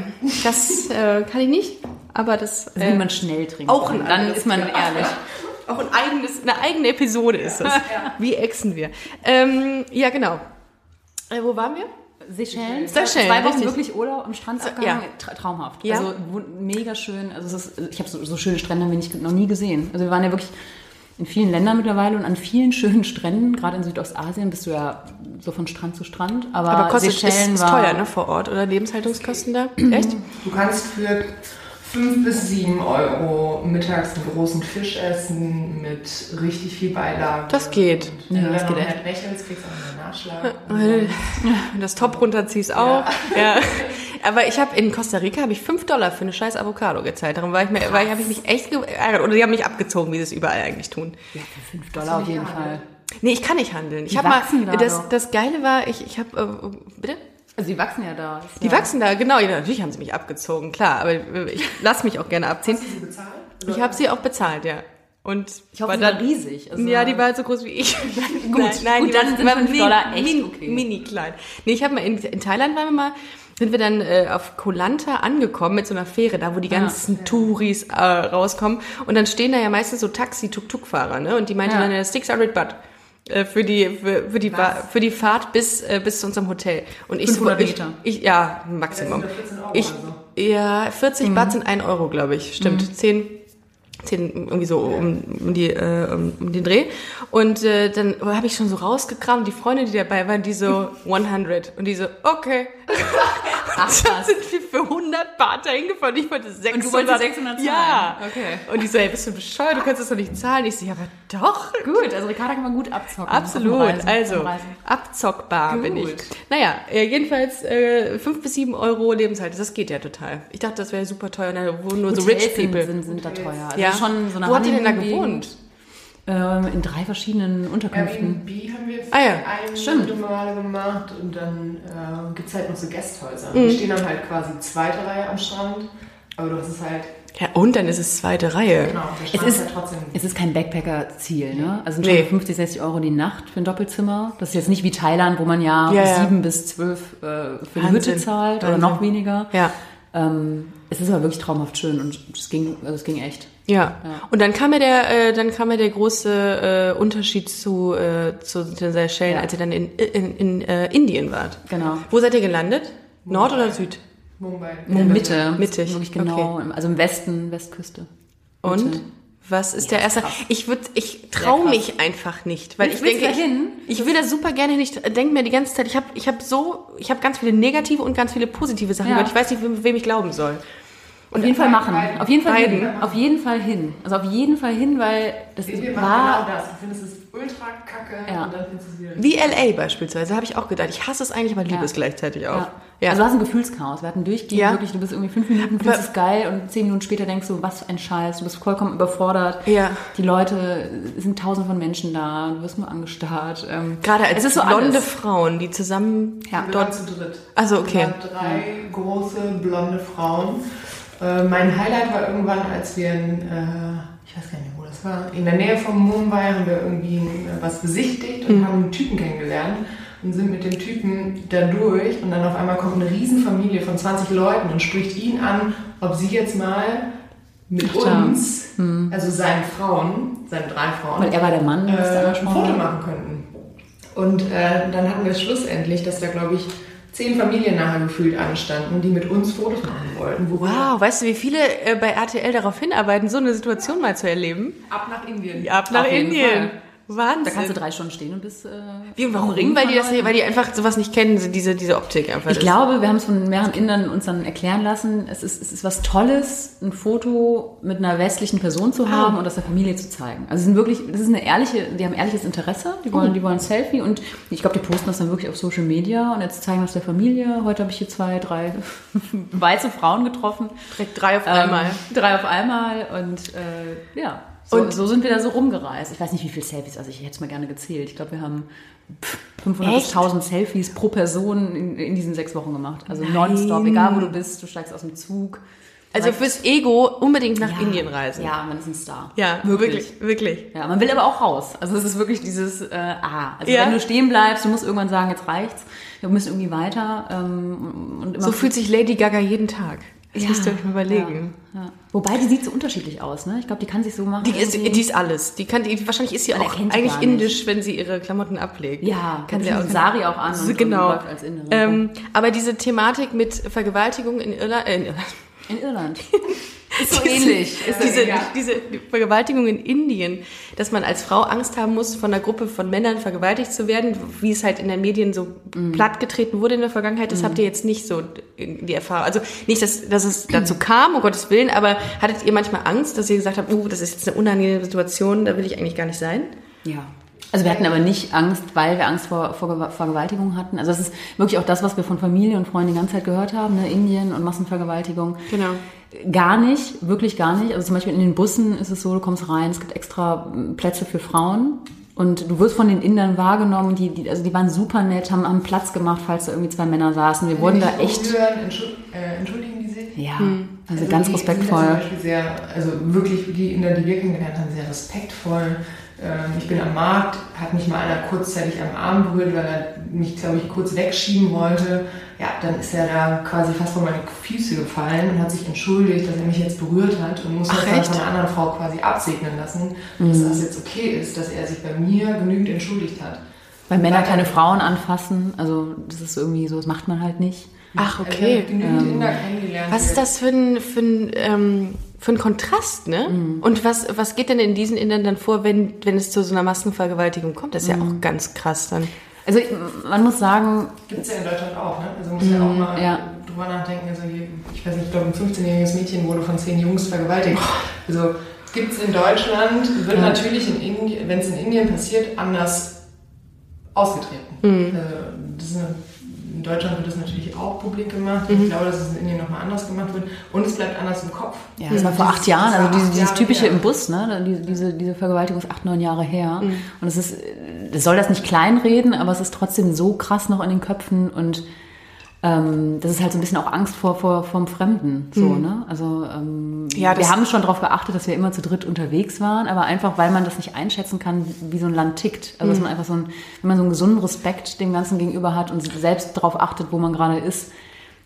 Speaker 1: Das äh, kann ich nicht, aber das...
Speaker 2: Wenn
Speaker 1: Äh,
Speaker 2: man schnell trinkt,
Speaker 1: auch ein
Speaker 2: dann
Speaker 1: anderes
Speaker 2: ist man
Speaker 1: Thema.
Speaker 2: ehrlich.
Speaker 1: auch ein eigenes, eine eigene Episode ist das. Wie exen wir? Ähm, ja, genau. Äh, wo waren wir?
Speaker 2: Seychellen,
Speaker 1: Seychellen,
Speaker 2: zwei Wochen
Speaker 1: richtig.
Speaker 2: wirklich Urlaub am Strand abgehangen, tra traumhaft.
Speaker 1: Ja.
Speaker 2: Also wu- mega schön. Also es ist, ich habe so, so schöne Strände haben wir nicht, noch nie gesehen. Also wir waren ja wirklich in vielen Ländern mittlerweile und an vielen schönen Stränden, gerade in Südostasien bist du ja so von Strand zu Strand. Aber,
Speaker 1: Aber kostet
Speaker 2: Seychellen
Speaker 1: ist, ist
Speaker 2: Ah, war
Speaker 1: teuer, ne, vor Ort, oder Lebenshaltungskosten da? Echt?
Speaker 3: Du kannst für 5 bis 7 Euro mittags einen großen Fisch essen mit richtig viel Beilage.
Speaker 1: Das geht.
Speaker 3: Und Wenn
Speaker 2: Ja,
Speaker 3: du
Speaker 2: das
Speaker 3: dann
Speaker 2: geht
Speaker 3: noch
Speaker 2: echt.
Speaker 3: nett lächelst, kriegst du auch einen Nachschlag.
Speaker 1: Wenn das Top runterziehst auch. Ja. Aber ich habe in Costa Rica habe ich 5 Dollar für eine scheiß Avocado gezahlt. Darum war ich mir, weil habe ich mich echt geärgert. Oder die haben mich abgezogen, wie sie es überall eigentlich tun.
Speaker 2: ja, für 5 Dollar auf jeden Fall.
Speaker 1: Nee, ich kann nicht handeln. Ich
Speaker 2: Die
Speaker 1: habe mal
Speaker 2: wachsen da
Speaker 1: das,
Speaker 2: doch.
Speaker 1: das Geile war, ich ich habe äh, bitte
Speaker 2: Also die wachsen ja da.
Speaker 1: die wachsen da, genau, ja, natürlich haben sie mich abgezogen, klar, aber äh, ich lasse mich auch gerne abziehen.
Speaker 3: Bezahlt?
Speaker 1: Ich habe sie auch bezahlt, ja. Und
Speaker 2: Ich hoffe,
Speaker 1: war
Speaker 2: sie war
Speaker 1: dann-
Speaker 2: riesig. Also-
Speaker 1: ja, die war halt so groß wie ich.
Speaker 2: Gut, gut, dann sind fünf Dollar echt
Speaker 1: mini,
Speaker 2: okay.
Speaker 1: mini klein. Nee, ich habe mal in, in Thailand waren wir mal, sind wir dann äh, auf Koh Lanta angekommen mit so einer Fähre, da wo
Speaker 2: Ah,
Speaker 1: die ganzen Touris äh, rauskommen. Und dann stehen da ja meistens so Taxi-Tuk-Tuk-Fahrer, ne? Und die meinten
Speaker 2: Ja.
Speaker 1: dann, ja, 600 Baht. äh, Für die, für, für, die
Speaker 2: Was?
Speaker 1: Wa- für die Fahrt bis, äh, bis zu unserem Hotel. Und ich, so,
Speaker 2: 500
Speaker 1: ich,
Speaker 2: Meter.
Speaker 1: ich Ja, Maximum.
Speaker 3: Ja, sind doch 14 Euro
Speaker 1: ich,
Speaker 3: oder
Speaker 1: Ja,
Speaker 2: Mhm.
Speaker 1: 40 Baht sind 1 Euro, glaube ich. Stimmt. 10, 10, irgendwie so um, um, die, äh, um, um den Dreh. Und äh, dann habe ich schon so rausgekramt, die Freunde, die dabei waren, die so 100. Und die so, okay. Ach, dann sind wir für 100 Baht dahin gefahren. Ich wollte 600.
Speaker 2: Und du wolltest 600 zahlen?
Speaker 1: Ja.
Speaker 2: Okay.
Speaker 1: Und die so, ey, bist du bescheuert, du kannst das doch nicht zahlen. Ich so, ja, aber doch.
Speaker 2: Gut, also Ricarda kann man gut abzocken.
Speaker 1: Absolut,
Speaker 2: Rumreisen,
Speaker 1: also
Speaker 2: rumreisen.
Speaker 1: abzockbar bin ich.
Speaker 2: Gut.
Speaker 1: Naja, äh, jedenfalls äh, 5 bis 7 Euro Lebenshalt, das geht ja total. Ich dachte, das wäre super teuer, da wohnen nur so
Speaker 2: Hotels
Speaker 1: rich people.
Speaker 2: Sind, sind, sind da teuer. Also
Speaker 1: ja.
Speaker 2: schon so eine
Speaker 1: Wo habt ihr denn da
Speaker 2: Honeymoon-Gegend.
Speaker 1: gewohnt?
Speaker 2: Ähm, in drei verschiedenen Unterkünften.
Speaker 3: Airbnb haben wir
Speaker 1: Ah ja,
Speaker 3: eine
Speaker 2: stimmt.
Speaker 3: Male gemacht und dann äh, gibt es halt noch so
Speaker 2: Mhm.
Speaker 3: Gasthäuser. Die stehen dann halt quasi zweite Reihe am Strand, aber du hast es halt,
Speaker 1: Ja, und dann ist es zweite Reihe.
Speaker 3: genau, der
Speaker 2: Es
Speaker 3: Strand ist
Speaker 2: ist,
Speaker 3: halt trotzdem.
Speaker 2: es ist kein Backpacker-Ziel, ne? Also sind schon
Speaker 1: Nee.
Speaker 2: 50, 60 Euro die Nacht für ein Doppelzimmer. Das ist jetzt nicht wie Thailand, wo man ja,
Speaker 1: Ja, ja.
Speaker 2: sieben bis zwölf äh, für eine
Speaker 1: Wahnsinn.
Speaker 2: Hütte zahlt oder
Speaker 1: Wahnsinn.
Speaker 2: noch weniger.
Speaker 1: Ja.
Speaker 2: Ähm, es ist aber wirklich traumhaft schön und es ging, also es ging echt.
Speaker 1: Ja. und dann kam ja der, äh, dann kam ja der große äh, Unterschied zu, äh, zu den Seychellen,
Speaker 2: Ja.
Speaker 1: als ihr dann in, in, in äh, Indien wart.
Speaker 2: Genau.
Speaker 1: Wo seid ihr gelandet? Nord oder Süd?
Speaker 3: Mumbai.
Speaker 2: In der Mitte.
Speaker 1: Mittig,
Speaker 2: Wirklich genau. im- Also im Westen, Westküste.
Speaker 1: Und
Speaker 2: Mitte.
Speaker 1: was ist der erste? Ich würde, ich traue
Speaker 2: krass.
Speaker 1: mich einfach nicht, weil
Speaker 2: Willst-
Speaker 1: ich denke,
Speaker 2: willst du dahin?
Speaker 1: ich, ich will das super gerne nicht. Denke mir die ganze Zeit, ich habe, ich habe so, ich habe ganz viele negative und ganz viele positive Sachen
Speaker 2: Ja.
Speaker 1: gehört. Ich weiß nicht, wem, wem ich glauben soll.
Speaker 2: Auf jeden Fall machen. Auf jeden Fall
Speaker 1: Beiden.
Speaker 2: hin. Auf jeden Fall hin. Also auf jeden Fall hin, weil das
Speaker 3: Wir
Speaker 2: war
Speaker 3: machen genau das. Du findest es ultra kacke
Speaker 2: Ja.
Speaker 3: und dann findest du es wieder.
Speaker 1: Wie LA beispielsweise habe ich auch gedacht. Ich hasse es eigentlich, aber liebe
Speaker 2: Ja.
Speaker 1: es gleichzeitig auch.
Speaker 2: Ja.
Speaker 1: Ja.
Speaker 2: Also du hast ein Gefühlschaos. Wir hatten durchgehend
Speaker 1: Ja.
Speaker 2: wirklich, du bist irgendwie fünf Minuten, findest es geil und zehn Minuten später denkst du, was für ein Scheiß, du bist vollkommen überfordert.
Speaker 1: Ja.
Speaker 2: Die Leute, es sind tausende von Menschen da, du wirst nur angestarrt. Ähm,
Speaker 1: Gerade als
Speaker 2: es ist so
Speaker 1: blonde
Speaker 2: alles.
Speaker 1: Frauen, die zusammen
Speaker 2: Ja.
Speaker 3: Wir waren
Speaker 1: dort.
Speaker 3: zu dritt.
Speaker 1: Also, okay.
Speaker 3: Wir waren drei große blonde Frauen. Äh, mein Highlight war irgendwann, als wir in, äh, ich weiß gar nicht, wo das war, in der Nähe von Mumbai haben wir irgendwie äh, was besichtigt und haben einen Typen kennengelernt und sind mit dem Typen da durch und dann auf einmal kommt eine Riesenfamilie von 20 Leuten und spricht ihn an, ob sie jetzt mal mit
Speaker 2: Ach, da.
Speaker 3: uns, also seinen Frauen, seinen drei Frauen,
Speaker 2: Weil er war der Mann, der das da
Speaker 3: äh, ein
Speaker 2: angesprochen
Speaker 3: Foto
Speaker 2: hat.
Speaker 3: machen könnten. Und äh, dann hatten wir es schlussendlich, dass da, glaube ich, zehn Familien nachher gefühlt anstanden, die mit uns Fotos machen wollten. Wo wir
Speaker 1: Wow, weißt du, wie viele äh, bei RTL darauf hinarbeiten, so eine Situation mal zu erleben?
Speaker 3: Ab nach Indien.
Speaker 1: Ab nach
Speaker 2: Auf jeden
Speaker 1: Indien.
Speaker 2: Fall.
Speaker 1: Wahnsinn.
Speaker 2: Da kannst du drei Stunden stehen und bist... Äh,
Speaker 1: Wie, warum ringen?
Speaker 2: umringt
Speaker 1: Weil die
Speaker 2: von
Speaker 1: das,
Speaker 2: Leuten.
Speaker 1: weil die einfach sowas nicht kennen, so diese, diese Optik einfach.
Speaker 2: Ich
Speaker 1: Das-
Speaker 2: glaube, wir haben es von mehreren Indern uns dann erklären lassen, es ist, es ist was Tolles, ein Foto mit einer westlichen Person zu haben und das der Familie zu zeigen. Also sie sind wirklich, das ist eine ehrliche, die haben ehrliches Interesse, die wollen, die wollen ein Selfie und ich glaube, die posten das dann wirklich auf Social Media und jetzt zeigen das der Familie. Heute habe ich hier zwei, drei weiße Frauen getroffen.
Speaker 1: direkt drei auf
Speaker 2: Ähm,
Speaker 1: einmal.
Speaker 2: drei auf einmal und äh, ja. So,
Speaker 1: Und-
Speaker 2: und so sind wir da so rumgereist. Ich weiß nicht, wie viele Selfies, also ich hätte es mal gerne gezählt. Ich glaube, wir haben pff, 500 bis
Speaker 1: Echt?
Speaker 2: 1000 Selfies pro Person in, in diesen sechs Wochen gemacht. Also nonstop, egal wo du bist, du steigst aus dem Zug.
Speaker 1: Also fürs Ego unbedingt nach Indien reisen.
Speaker 2: Ja, man ist ein Star.
Speaker 1: ja wirklich, wirklich.
Speaker 2: Ja, man will aber auch raus. Also es ist wirklich dieses äh, Ah. Also
Speaker 1: Ja.
Speaker 2: wenn du stehen bleibst, du musst irgendwann sagen, jetzt reicht's. Wir müssen irgendwie weiter. Ähm, und immer
Speaker 1: So fühlt sich Lady Gaga jeden Tag. Das
Speaker 2: Ja,
Speaker 1: müsst ihr euch mal überlegen.
Speaker 2: Ja, ja. Wobei, die sieht so unterschiedlich aus, ne? Ich glaube, die kann sich so machen.
Speaker 1: Die, ist,
Speaker 2: irgendwie.
Speaker 1: die ist alles. Die kann, die, wahrscheinlich ist sie
Speaker 2: Man
Speaker 1: auch
Speaker 2: erkennt sie
Speaker 1: eigentlich
Speaker 2: gar nicht.
Speaker 1: indisch, wenn sie ihre Klamotten ablegt.
Speaker 2: Ja,
Speaker 1: kann
Speaker 2: kann
Speaker 1: sie
Speaker 2: sie
Speaker 1: auch-
Speaker 2: einen Sari auch an
Speaker 1: So,
Speaker 2: und,
Speaker 1: genau.
Speaker 2: und läuft als Innere.
Speaker 1: Ähm, aber diese Thematik mit Vergewaltigung in Irland, äh, in Irland
Speaker 2: in Irland. Ist so ähnlich. Ist
Speaker 1: diese, diese Vergewaltigung in Indien, dass man als Frau Angst haben muss, von einer Gruppe von Männern vergewaltigt zu werden, wie es halt in den Medien so
Speaker 2: Mhm.
Speaker 1: plattgetreten wurde in der Vergangenheit, das habt ihr jetzt nicht so in die Erfahrung. Also nicht, dass, dass es dazu kam, um Gottes Willen, aber hattet ihr manchmal Angst, dass ihr gesagt habt, uh, das ist jetzt eine unangenehme Situation, da will ich eigentlich gar nicht sein?
Speaker 2: Ja. Also wir hatten aber nicht Angst, weil wir Angst vor, vor Gewa- Vergewaltigung hatten. Also das ist wirklich auch das, was wir von Familie und Freunden die ganze Zeit gehört haben, ne? Indien und Massenvergewaltigung.
Speaker 1: Genau.
Speaker 2: Gar nicht, wirklich gar nicht. Also zum Beispiel in den Bussen ist es so, du kommst rein, es gibt extra m, Plätze für Frauen. Und du wirst von den Indern wahrgenommen, die, die, also die waren super nett, haben, haben Platz gemacht, falls da irgendwie zwei Männer saßen. Wir wurden da echt.
Speaker 3: Berühren, entschu- äh, entschuldigen die sich.
Speaker 2: Ja, Also ganz
Speaker 3: die Sind ja zum
Speaker 2: respektvoll.
Speaker 3: Beispiel sehr, also wirklich, die Inder, die wir kennengelernt haben, sehr respektvoll. Ähm, Ich bin am Markt, hat mich mal einer kurzzeitig am Arm berührt, weil er mich, glaube ich, kurz wegschieben wollte. Ja, dann ist er da quasi fast vor meine Füße gefallen und hat sich entschuldigt, dass er mich jetzt berührt hat und muss das
Speaker 1: Ach,
Speaker 3: dann
Speaker 1: echt? Mhm.
Speaker 3: von einer anderen Frau quasi absegnen lassen, dass das jetzt okay ist, dass er sich bei mir genügend entschuldigt hat.
Speaker 2: Weil Männer keine Frauen anfassen, also das ist irgendwie so, das macht man halt nicht.
Speaker 1: Ach,
Speaker 3: Also wir haben
Speaker 1: okay. ähm,
Speaker 3: genügend Inder kennengelernt.
Speaker 1: Was
Speaker 3: die-
Speaker 1: ist das für ein, für ein, ähm, für ein Kontrast, ne?
Speaker 2: Mhm.
Speaker 1: Und was, was geht denn in diesen Indern dann vor, wenn, wenn es zu so einer Massenvergewaltigung kommt? Das ist
Speaker 2: Mhm.
Speaker 1: ja auch ganz krass dann.
Speaker 2: Also ich- man muss sagen,
Speaker 3: Gibt es ja in Deutschland auch, ne? Also muss ja auch mal
Speaker 2: Mhm, ja.
Speaker 3: drüber nachdenken. Also hier, ich weiß nicht, ich glaube, ein 15-jähriges Mädchen wurde von zehn Jungs vergewaltigt. Also gibt es in Deutschland, wird natürlich in Indien, wenn es in Indien passiert, anders ausgetreten.
Speaker 2: Mhm.
Speaker 3: Also, das ist eine, in Deutschland wird das natürlich auch publik gemacht.
Speaker 2: Mhm.
Speaker 3: Ich glaube, dass es in Indien nochmal anders gemacht wird. Und es bleibt anders im Kopf.
Speaker 2: Ja, das war vor acht Jahren,
Speaker 3: das war
Speaker 2: also dieses,
Speaker 3: acht
Speaker 2: dieses
Speaker 3: Jahre
Speaker 2: typische
Speaker 3: her.
Speaker 2: im Bus, ne? diese, diese, diese Vergewaltigung ist acht, neun Jahre her. Und es ist, das soll das nicht kleinreden, aber es ist trotzdem so krass noch in den Köpfen und ähm, das ist halt so ein bisschen auch Angst vor, vor vom Fremden. So, ne? Also ähm,
Speaker 1: Ja, das-
Speaker 2: wir haben schon darauf geachtet, dass wir immer zu dritt unterwegs waren, aber einfach, weil man das nicht einschätzen kann, wie so ein Land tickt. Also
Speaker 1: Mhm.
Speaker 2: dass man einfach so ein, wenn man so einen gesunden Respekt dem Ganzen gegenüber hat und selbst darauf achtet, wo man gerade ist,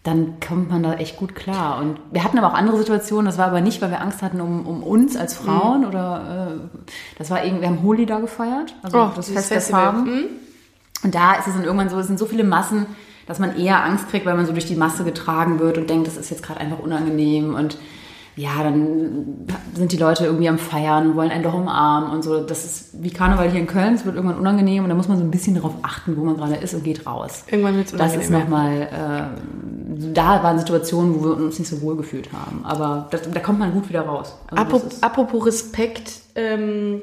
Speaker 2: dann kommt man da echt gut klar. Und wir hatten aber auch andere Situationen, das war aber nicht, weil wir Angst hatten um, um uns als
Speaker 1: Mhm.
Speaker 2: Frauen oder äh, das war irgendwie, wir haben Holi da gefeiert, also
Speaker 1: Oh,
Speaker 2: das
Speaker 1: dieses
Speaker 2: Fest der
Speaker 1: Festival. Mhm.
Speaker 2: Farben. Und da ist es dann irgendwann so, es sind so viele Massen, dass man eher Angst kriegt, weil man so durch die Masse getragen wird und denkt, das ist jetzt gerade einfach unangenehm und ja, dann sind die Leute irgendwie am Feiern und wollen einen doch umarmen und so. Das ist wie Karneval hier in Köln, es wird irgendwann unangenehm und da muss man so ein bisschen darauf achten, wo man gerade ist und geht raus.
Speaker 1: Irgendwann wird's
Speaker 2: Das
Speaker 1: unangenehm,
Speaker 2: ist
Speaker 1: ja.
Speaker 2: nochmal, äh, da waren Situationen, wo wir uns nicht so wohl gefühlt haben, aber das, da kommt man gut wieder raus. Also das
Speaker 1: Apro-
Speaker 2: ist-
Speaker 1: Apropos Respekt, ähm,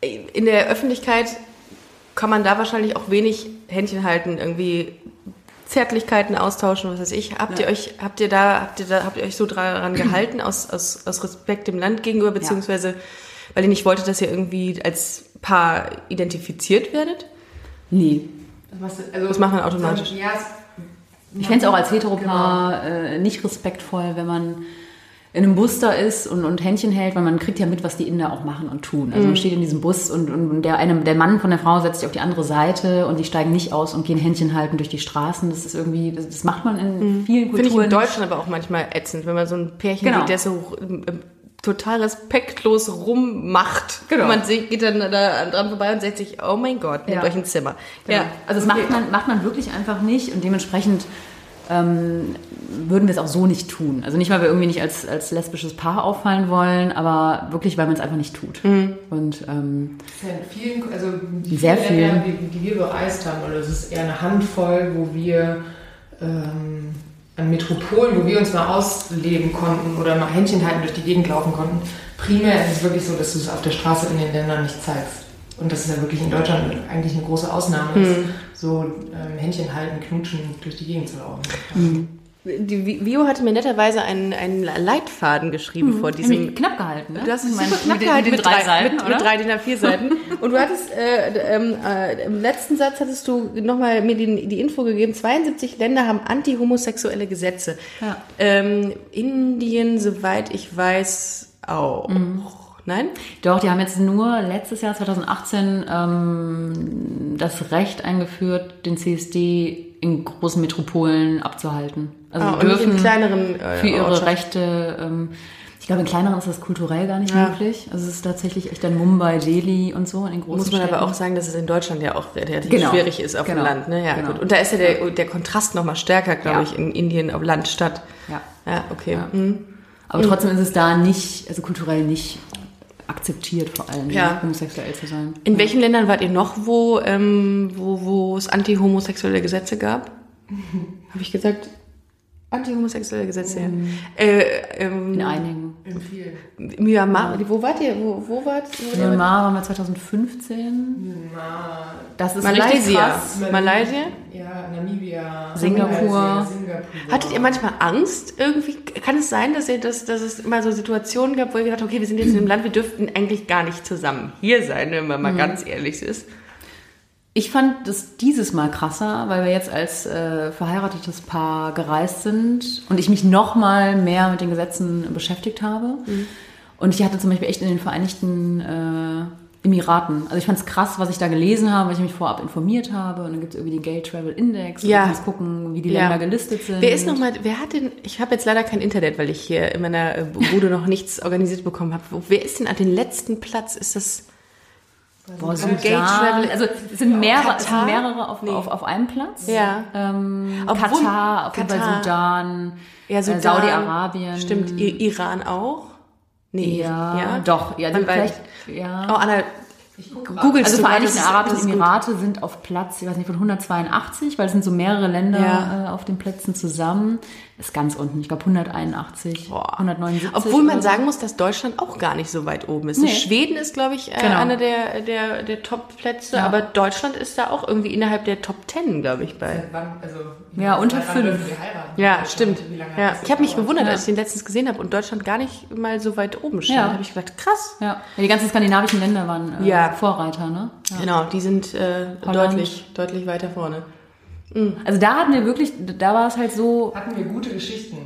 Speaker 1: in der Öffentlichkeit kann man da wahrscheinlich auch wenig Händchen halten, irgendwie Zärtlichkeiten austauschen, was weiß ich. Habt ihr euch, habt ihr da, habt ihr da, habt ihr euch so daran gehalten, aus, aus, aus Respekt dem Land gegenüber, beziehungsweise weil ihr nicht wolltet, dass ihr irgendwie als Paar identifiziert werdet?
Speaker 2: nee,
Speaker 3: Was- also-
Speaker 1: Das macht man automatisch.
Speaker 3: Ja, es Genau.
Speaker 2: Ich fände es auch als Heteropaar
Speaker 1: Genau.
Speaker 2: äh, nicht respektvoll, wenn man in einem Bus da ist und, und Händchen hält, weil man kriegt ja mit, was die Inder auch machen und tun.
Speaker 1: Mhm.
Speaker 2: Also man steht in diesem Bus und, und, und der, eine, der Mann von der Frau setzt sich auf die andere Seite und die steigen nicht aus und gehen Händchen halten durch die Straßen. Das ist irgendwie, das, das macht man in vielen
Speaker 1: Mhm. Finde ich
Speaker 2: Kulturen.
Speaker 1: in Deutschland aber auch manchmal ätzend, wenn man so ein Pärchen
Speaker 2: Genau.
Speaker 1: sieht, der so ähm, ähm, total respektlos rummacht.
Speaker 2: Genau.
Speaker 1: Und man sieht, geht dann da dran vorbei und sagt sich, oh mein Gott, nehmt
Speaker 2: Ja.
Speaker 1: euch ein Zimmer.
Speaker 2: Genau.
Speaker 1: Ja,
Speaker 2: Also das macht, man, macht man wirklich einfach nicht und dementsprechend ähm, würden wir es auch so nicht tun. Also nicht, weil wir irgendwie nicht als, als lesbisches Paar auffallen wollen, aber wirklich, weil man es einfach nicht tut.
Speaker 1: Mhm.
Speaker 2: Und ähm,
Speaker 3: Ja, in vielen, also die
Speaker 2: Sehr
Speaker 3: vielen Ländern, die, die wir bereist haben, oder es ist eher eine Handvoll, wo wir ähm, an Metropolen, wo wir uns mal ausleben konnten oder mal Händchen halten durch die Gegend laufen konnten. Primär ist es wirklich so, dass du es auf der Straße in den Ländern nicht zeigst. Und das ist ja wirklich in Deutschland eigentlich eine große Ausnahme, ist, so ähm, Händchen halten, knutschen, durch die Gegend zu laufen.
Speaker 1: die Vi- Vio hatte mir netterweise einen, einen Leitfaden geschrieben vor diesem.
Speaker 2: Mhm, Nämlich knapp gehalten, ne?
Speaker 1: Du hast es
Speaker 2: Ich meine,
Speaker 1: super knapp
Speaker 2: mit den-
Speaker 1: gehalten
Speaker 2: mit, den drei Seiten,
Speaker 1: mit,
Speaker 2: oder?
Speaker 1: mit drei DIN A4 Seiten. Und du hattest äh, d- ähm, äh, im letzten Satz hattest du nochmal mir die, die Info gegeben: 72 Länder haben anti-homosexuelle Gesetze.
Speaker 2: Ja.
Speaker 1: Ähm, Indien, soweit ich weiß, auch. Nein?
Speaker 2: Doch, Mhm. die haben jetzt nur letztes Jahr 2018 ähm, das Recht eingeführt, den CSD in großen Metropolen abzuhalten. Also
Speaker 1: Ah,
Speaker 2: sie
Speaker 1: und nicht in
Speaker 2: dürfen
Speaker 1: kleineren äh,
Speaker 2: für ihre
Speaker 1: Ortschaften.
Speaker 2: Rechte. Ähm, ich glaube, in kleineren ist das kulturell gar nicht
Speaker 1: Ja.
Speaker 2: möglich. Also es ist tatsächlich echt dann Mumbai, Delhi und so in den großen
Speaker 1: Muss man
Speaker 2: Städten.
Speaker 1: aber auch sagen, dass es in Deutschland ja auch relativ
Speaker 2: Genau.
Speaker 1: schwierig ist auf
Speaker 2: Genau.
Speaker 1: dem Land. Ne? Ja,
Speaker 2: Genau.
Speaker 1: gut. Und da ist ja der, der Kontrast nochmal stärker, glaube
Speaker 2: Ja.
Speaker 1: ich, in Indien auf Land, Stadt.
Speaker 2: Ja.
Speaker 1: Ja, okay.
Speaker 2: Ja.
Speaker 1: Mhm.
Speaker 2: Aber trotzdem ist es da nicht, also kulturell nicht akzeptiert, vor allem
Speaker 1: Ja.
Speaker 2: ne, homosexuell zu sein.
Speaker 1: In welchen Ländern wart ihr noch, wo, ähm, wo, wo es anti-homosexuelle Gesetze gab? Habe ich gesagt? Anti-homosexuelle Gesetze, ja. Äh, ähm,
Speaker 2: In einigen.
Speaker 3: In vielen.
Speaker 1: Myanmar, wo wart ihr? Wo, wo wart wo
Speaker 2: In Myanmar waren wir 2015. Das ist leicht
Speaker 1: Malaysia.
Speaker 2: krass.
Speaker 1: Malaysia?
Speaker 3: Ja, Namibia,
Speaker 2: Singapur.
Speaker 3: Malaysia, Singapur.
Speaker 1: Hattet ihr manchmal Angst irgendwie? Kann es sein, dass, ihr das, dass es immer so Situationen gab, wo ihr gedacht habt, okay, wir sind Mhm. jetzt in einem Land, wir dürften eigentlich gar nicht zusammen hier sein, wenn man mal ganz ehrlich ist?
Speaker 2: Ich fand das dieses Mal krasser, weil wir jetzt als äh, verheiratetes Paar gereist sind und ich mich noch mal mehr mit den Gesetzen beschäftigt habe.
Speaker 1: Mhm.
Speaker 2: Und ich hatte zum Beispiel echt in den Vereinigten äh, Emiraten, also ich fand es krass, was ich da gelesen habe, weil ich mich vorab informiert habe. Und dann gibt es irgendwie den Gay Travel Index.
Speaker 1: Ja.
Speaker 2: Und du kannst gucken, wie die
Speaker 1: Ja.
Speaker 2: Länder gelistet sind.
Speaker 1: Wer ist nochmal, wer hat denn, ich habe jetzt leider kein Internet, weil ich hier in meiner äh, Bude noch nichts organisiert bekommen habe. Wo- Wer ist denn an den letzten Platz? Ist das,
Speaker 2: Boah,
Speaker 1: Gay
Speaker 2: Sudan.
Speaker 1: Travel-
Speaker 2: Also es sind mehrere, es
Speaker 1: Katar?
Speaker 2: sind mehrere auf, auf, auf einem Platz.
Speaker 1: Ja.
Speaker 2: Ähm,
Speaker 1: Obwohl-
Speaker 2: Katar, auf jeden
Speaker 1: Katar.
Speaker 2: Fall Sudan,
Speaker 1: ja,
Speaker 2: äh,
Speaker 1: Sudan,
Speaker 2: Saudi-Arabien.
Speaker 1: Stimmt, I Iran auch? Nee,
Speaker 2: Ja, doch. Ja,
Speaker 1: Weil-
Speaker 2: du vielleicht, ja.
Speaker 1: Oh, Anna, googelst
Speaker 2: Also
Speaker 1: du mal,
Speaker 2: Vereinigte
Speaker 1: das ist- das
Speaker 2: Arabische
Speaker 1: ist gut.
Speaker 2: Emirate sind auf Platz, ich weiß nicht, von 182, weil es sind so mehrere Länder
Speaker 1: Ja.
Speaker 2: äh, auf den Plätzen zusammen. Ist ganz unten, ich glaube 181,
Speaker 1: Boah.
Speaker 2: 179.
Speaker 1: Obwohl man
Speaker 2: oder so.
Speaker 1: sagen muss, dass Deutschland auch gar nicht so weit oben ist.
Speaker 2: Nee.
Speaker 1: Schweden ist, glaube ich, äh,
Speaker 2: Genau.
Speaker 1: einer der, der, der Top-Plätze,
Speaker 2: Ja.
Speaker 1: aber Deutschland ist da auch irgendwie innerhalb der Top Ten, glaube ich, bei.
Speaker 3: Seit wann, also,
Speaker 2: Ja, unter
Speaker 3: seit wann
Speaker 2: fünf.
Speaker 3: dürfen wir heiraten?
Speaker 1: Ja,
Speaker 3: Seit
Speaker 1: stimmt.
Speaker 3: wann- wie lange
Speaker 1: Ja.
Speaker 3: hat das
Speaker 1: Ich habe mich
Speaker 3: gedauert?
Speaker 1: gewundert,
Speaker 2: Ja.
Speaker 1: als ich den letztens gesehen habe und Deutschland gar nicht mal so weit oben stand.
Speaker 2: Ja.
Speaker 1: Da habe ich gedacht, krass.
Speaker 2: Ja. ja, die ganzen skandinavischen Länder waren äh,
Speaker 1: Ja.
Speaker 2: Vorreiter, ne? Ja.
Speaker 1: Genau, die sind äh,
Speaker 2: Holland.
Speaker 1: deutlich, deutlich weiter vorne.
Speaker 2: Also da hatten wir wirklich, da war es halt so,
Speaker 3: Hatten wir gute Geschichten.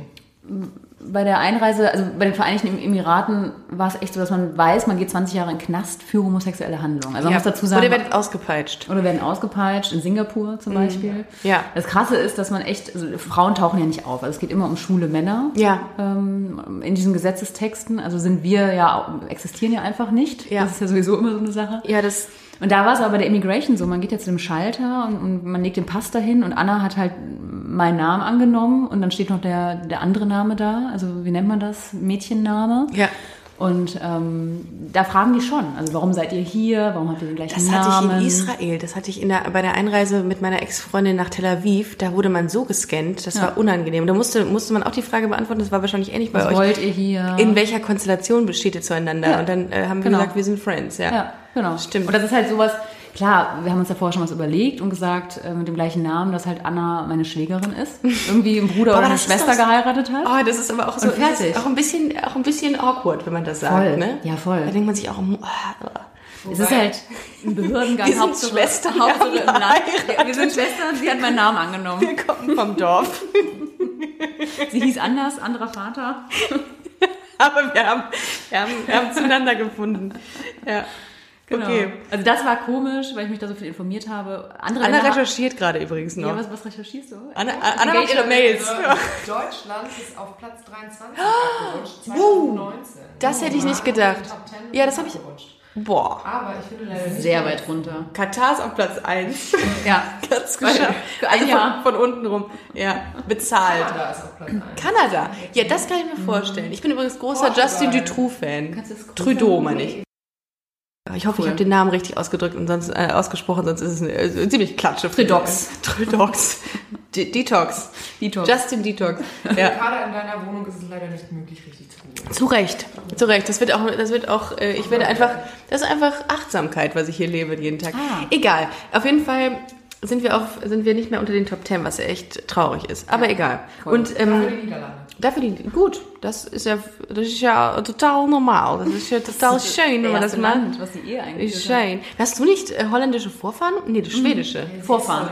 Speaker 2: bei der Einreise, also bei den Vereinigten Emiraten war es echt so, dass man weiß, man geht 20 Jahre in den Knast für homosexuelle Handlungen. Also man muss dazu sagen,
Speaker 1: Oder werdet ausgepeitscht.
Speaker 2: oder werden ausgepeitscht, in Singapur zum Beispiel.
Speaker 1: Mhm. Ja.
Speaker 2: Das Krasse ist, dass man echt, also Frauen tauchen ja nicht auf, also es geht immer um schwule Männer.
Speaker 1: Ja.
Speaker 2: Ähm, in diesen Gesetzestexten, also sind wir ja, existieren ja einfach nicht.
Speaker 1: Ja.
Speaker 2: Das ist ja sowieso immer so eine Sache.
Speaker 1: Ja, das.
Speaker 2: Und da war es aber bei der Immigration so, man geht ja zu dem Schalter und, und man legt den Pass dahin und Anna hat halt meinen Namen angenommen und dann steht noch der, der andere Name da, also wie nennt man das, Mädchenname.
Speaker 1: Ja.
Speaker 2: Und ähm, da fragen die schon, also warum seid ihr hier, warum habt ihr den gleichen
Speaker 1: Das
Speaker 2: Namen?
Speaker 1: hatte ich in Israel, das hatte ich in der, bei der Einreise mit meiner Ex-Freundin nach Tel Aviv, da wurde man so gescannt, das war unangenehm. Da musste, musste man auch die Frage beantworten, das war wahrscheinlich ähnlich bei
Speaker 2: Was
Speaker 1: euch.
Speaker 2: wollt ihr hier?
Speaker 1: In welcher Konstellation besteht ihr zueinander?
Speaker 2: Ja.
Speaker 1: Und dann äh, haben wir
Speaker 2: Genau.
Speaker 1: gesagt, wir sind Friends, ja.
Speaker 2: Ja, genau.
Speaker 1: Stimmt.
Speaker 2: Und das ist halt sowas, klar, wir haben uns da vorher schon was überlegt und gesagt, äh, mit dem gleichen Namen, dass halt Anna meine Schwägerin ist, irgendwie einen Bruder
Speaker 1: Boah, aber
Speaker 2: oder eine
Speaker 1: das ist
Speaker 2: Schwester
Speaker 1: doch so-
Speaker 2: geheiratet hat.
Speaker 1: Oh, das ist aber auch so
Speaker 2: Und fertig.
Speaker 1: das ist Auch ein bisschen, auch ein bisschen awkward, wenn man das sagt,
Speaker 2: Voll.
Speaker 1: ne?
Speaker 2: Ja, voll.
Speaker 1: Da denkt man sich auch, oh,
Speaker 2: Es ist halt ein Behördengang.
Speaker 1: Wir sind
Speaker 2: Hauptsache-
Speaker 1: Schwestern, wir
Speaker 2: Hauptsache
Speaker 1: haben
Speaker 2: im Land.
Speaker 1: geheiratet.
Speaker 2: Ja, wir sind Schwestern, sie hat meinen Namen angenommen.
Speaker 1: wir kommen vom Dorf,
Speaker 2: Sie hieß anders, anderer Vater.
Speaker 1: aber wir haben, wir haben, wir haben zueinander gefunden. Ja. Okay.
Speaker 2: Also das war komisch, weil ich mich da so viel informiert habe. Andere
Speaker 1: Anna
Speaker 2: Länder-
Speaker 1: recherchiert gerade übrigens noch.
Speaker 2: ja, was, was recherchierst du?
Speaker 1: Anna, Anna macht ihre
Speaker 2: Engagement-
Speaker 1: Mails. Ja.
Speaker 3: Deutschland ist auf Platz 23 abgerutscht, 2019.
Speaker 1: Das hätte ich nicht
Speaker 3: Wir waren in den
Speaker 1: gedacht.
Speaker 3: Top 10
Speaker 1: Ja, das habe ich-
Speaker 3: abgerutscht.
Speaker 1: Boah.
Speaker 3: Aber ich finde leider nicht.
Speaker 2: Sehr weit runter.
Speaker 1: Katar ist auf Platz 1.
Speaker 2: Ja.
Speaker 1: Ganz geschafft.
Speaker 2: Für ein
Speaker 1: Also
Speaker 2: Jahr.
Speaker 1: Von, von unten rum. Ja, bezahlt.
Speaker 3: Kanada ist auf Platz 1.
Speaker 1: Kanada. Ja, das kann ich mir vorstellen. Ich bin übrigens großer
Speaker 3: Portugal.
Speaker 1: Justin Dutroux-Fan.
Speaker 2: Kannst du das
Speaker 1: Trudeau, meine ich. Ich hoffe, ich
Speaker 2: Cool.
Speaker 1: habe den Namen richtig ausgedrückt und sonst äh, ausgesprochen, sonst ist es eine, äh, ziemlich klatsche.
Speaker 2: Tridox.
Speaker 1: Tridox. De Detox.
Speaker 2: Detox.
Speaker 1: Justin Detox. Ja.
Speaker 3: Kader in deiner Wohnung ist es leider nicht möglich, richtig zu googeln.
Speaker 1: Zu Recht, zu Recht. Das wird auch, das wird auch, äh, ich werde einfach, das ist einfach Achtsamkeit, was ich hier lebe jeden Tag.
Speaker 2: Ah.
Speaker 1: Egal. Auf jeden Fall sind wir auf, sind wir nicht mehr unter den Top Ten, was echt traurig ist. Aber egal. Und
Speaker 3: Für
Speaker 1: ähm,
Speaker 3: die Niederlande.
Speaker 1: dafür die, gut, das ist ja, das ist ja total normal. Das ist ja total schön, wenn man das
Speaker 2: Erste
Speaker 1: macht.
Speaker 2: Land, was sie eh eigentlich
Speaker 1: Ist
Speaker 2: ist.
Speaker 1: schön. Hast du nicht äh, holländische Vorfahren? Nee, du schwedische.
Speaker 2: Vorfahren.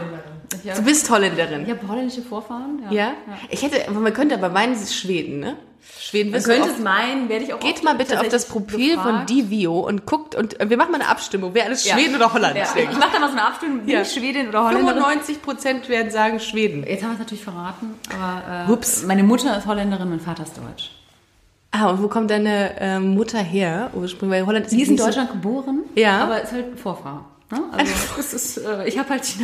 Speaker 1: Du bist Holländerin.
Speaker 2: Ich habe holländische Vorfahren. Ja.
Speaker 1: Ja? Ich hätte, man könnte aber meinen, es ist Schweden, ne? Schweden
Speaker 2: Man
Speaker 1: wirst du
Speaker 2: könnte
Speaker 1: oft-
Speaker 2: es meinen, werde ich auch
Speaker 1: Geht
Speaker 2: oft
Speaker 1: mal bitte auf das
Speaker 2: tatsächlich
Speaker 1: Profil von
Speaker 2: gefragt.
Speaker 1: Divio und guckt und äh, wir machen mal eine Abstimmung, wer alles Schweden oder Holland
Speaker 2: Ja. Ich
Speaker 1: denkt.
Speaker 2: mache da mal so eine Abstimmung, bin
Speaker 1: Ja.
Speaker 2: ich Schwedin oder Holländerin?
Speaker 1: 95 Prozent werden sagen Schweden.
Speaker 2: Jetzt haben wir es natürlich verraten, aber äh,
Speaker 1: Ups.
Speaker 2: meine Mutter ist Holländerin, mein Vater ist Deutsch.
Speaker 1: Ah, und wo kommt deine ähm, Mutter her? Ursprünglich, weil Holland ist
Speaker 2: Sie ist in
Speaker 1: nicht so-
Speaker 2: Deutschland geboren,
Speaker 1: Ja.
Speaker 2: aber ist halt Vorfrau. Ne? Also, es ist, äh, ich habe halt die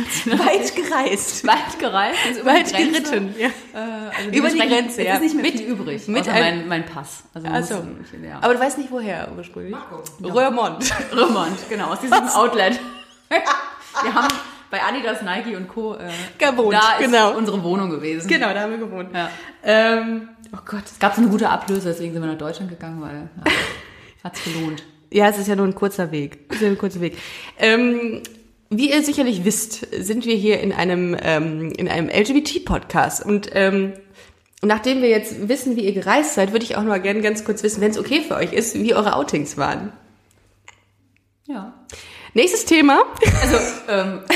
Speaker 1: weit
Speaker 2: Nationalität
Speaker 1: gereist.
Speaker 2: weit gereist, also über
Speaker 1: Weit
Speaker 2: die Grenze.
Speaker 1: geritten. Ja.
Speaker 2: Äh, also
Speaker 1: Über die
Speaker 2: dementsprechend
Speaker 1: Grenze,
Speaker 2: es
Speaker 1: ja.
Speaker 2: ist nicht mehr
Speaker 1: Mit-
Speaker 2: mit viel übrig,
Speaker 1: mit
Speaker 2: mit außer
Speaker 1: ein-
Speaker 2: mein, mein Pass. Also,
Speaker 1: Ach so.
Speaker 2: muss- ja.
Speaker 1: Aber du weißt nicht woher ursprünglich.
Speaker 3: Marco.
Speaker 1: Röhrmond.
Speaker 2: Römond, genau, aus diesem Outlet. wir haben bei Adidas, Nike und Co. Äh,
Speaker 1: Gewohnt,
Speaker 2: da ist
Speaker 1: genau.
Speaker 2: unsere Wohnung gewesen.
Speaker 1: Genau, da haben wir gewohnt.
Speaker 2: Ja.
Speaker 1: Ähm,
Speaker 2: Oh Gott, es gab so eine gute Ablöse, deswegen sind wir nach Deutschland gegangen, weil ja, hat's gelohnt.
Speaker 1: Ja, es ist ja nur ein kurzer Weg. Es ist ja ein kurzer Weg. Ähm, wie ihr sicherlich wisst, sind wir hier in einem, ähm, in einem LGBT-Podcast. Und ähm, nachdem wir jetzt wissen, wie ihr gereist seid, würde ich auch noch mal gerne ganz kurz wissen, wenn es okay für euch ist, wie eure Outings waren.
Speaker 2: Ja.
Speaker 1: Nächstes Thema.
Speaker 2: Also, ähm,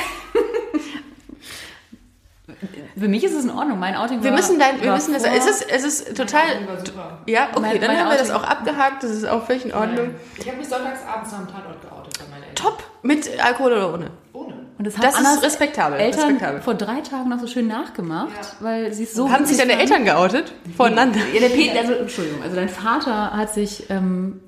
Speaker 2: für mich ist es in Ordnung. Mein Outing
Speaker 1: Wir
Speaker 2: war,
Speaker 1: müssen dein, wir
Speaker 2: war
Speaker 1: müssen das,
Speaker 2: vor-
Speaker 1: es ist, es ist total,
Speaker 3: War super.
Speaker 1: ja, okay,
Speaker 2: Mein-
Speaker 1: dann
Speaker 2: mein
Speaker 1: haben wir das auch
Speaker 2: Outing.
Speaker 1: abgehakt, das ist auch völlig in Ordnung.
Speaker 3: Ich habe mich sonntags abends am Tatort geoutet bei meinen Eltern.
Speaker 1: Top, mit Alkohol oder ohne.
Speaker 3: Ohne.
Speaker 2: Und das, hat
Speaker 1: Das
Speaker 2: Annas
Speaker 1: ist respektabel.
Speaker 2: Eltern
Speaker 1: respektabel.
Speaker 2: vor drei Tagen noch so schön nachgemacht,
Speaker 3: Ja.
Speaker 2: weil sie es so
Speaker 1: Haben sich
Speaker 2: witzig
Speaker 1: deine
Speaker 2: fanden.
Speaker 1: Eltern geoutet? Voreinander?
Speaker 2: Ja, der Peter, also, Entschuldigung, also dein Vater hat sich ähm,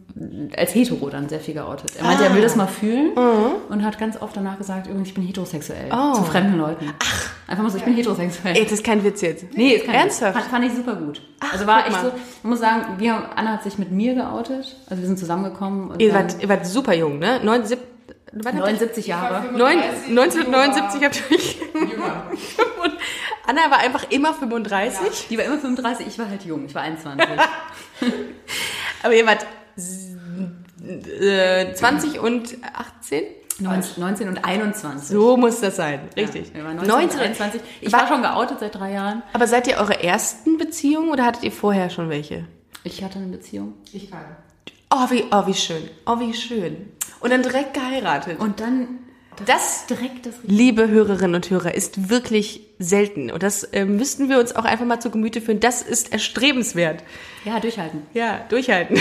Speaker 2: als hetero dann sehr viel geoutet. Er meinte, er
Speaker 1: Ah.
Speaker 2: will das mal fühlen und hat ganz oft danach gesagt, übrigens, ich bin heterosexuell.
Speaker 1: Mhm. Oh.
Speaker 2: Zu fremden Leuten. Ach. Einfach mal so, ich bin heterosexuell.
Speaker 1: Ey, das ist kein Witz jetzt.
Speaker 2: Nee, ist kein
Speaker 1: Ernsthaft?
Speaker 2: Fand, fand ich super gut. also
Speaker 1: guck
Speaker 2: war echt
Speaker 1: mal.
Speaker 2: so, ich muss sagen, wir, Anna hat sich mit mir geoutet. Also wir sind zusammengekommen. Und
Speaker 1: Ihr
Speaker 2: dann-
Speaker 1: wart, ihr wart super jung, ne? 79, wann habt ihr-
Speaker 2: 79 Jahre.
Speaker 1: Neun-
Speaker 3: 35,
Speaker 1: 1979 habt ihr mich.
Speaker 3: Jünger.
Speaker 1: Und Anna war einfach immer 35,
Speaker 2: Die war immer 35, ich war halt jung, ich war 21.
Speaker 1: aber ihr wart s- äh, 20 und 18?
Speaker 2: 19, 19 und 21.
Speaker 1: So muss das sein, richtig.
Speaker 2: Ja, wir waren 19, 19 und 21. Ich war, schon geoutet seit drei Jahren.
Speaker 1: Aber seid ihr eure ersten Beziehungen oder hattet ihr vorher schon welche?
Speaker 2: Ich hatte eine Beziehung.
Speaker 3: Ich kann.
Speaker 1: Oh, wie, oh, wie schön. Oh, wie schön. Und dann direkt geheiratet.
Speaker 2: Und dann
Speaker 1: das,
Speaker 2: direkt das
Speaker 1: liebe Hörerinnen und Hörer, ist wirklich selten. Und das äh, müssten wir uns auch einfach mal zu Gemüte führen. Das ist erstrebenswert.
Speaker 2: Ja, durchhalten.
Speaker 1: Ja, durchhalten.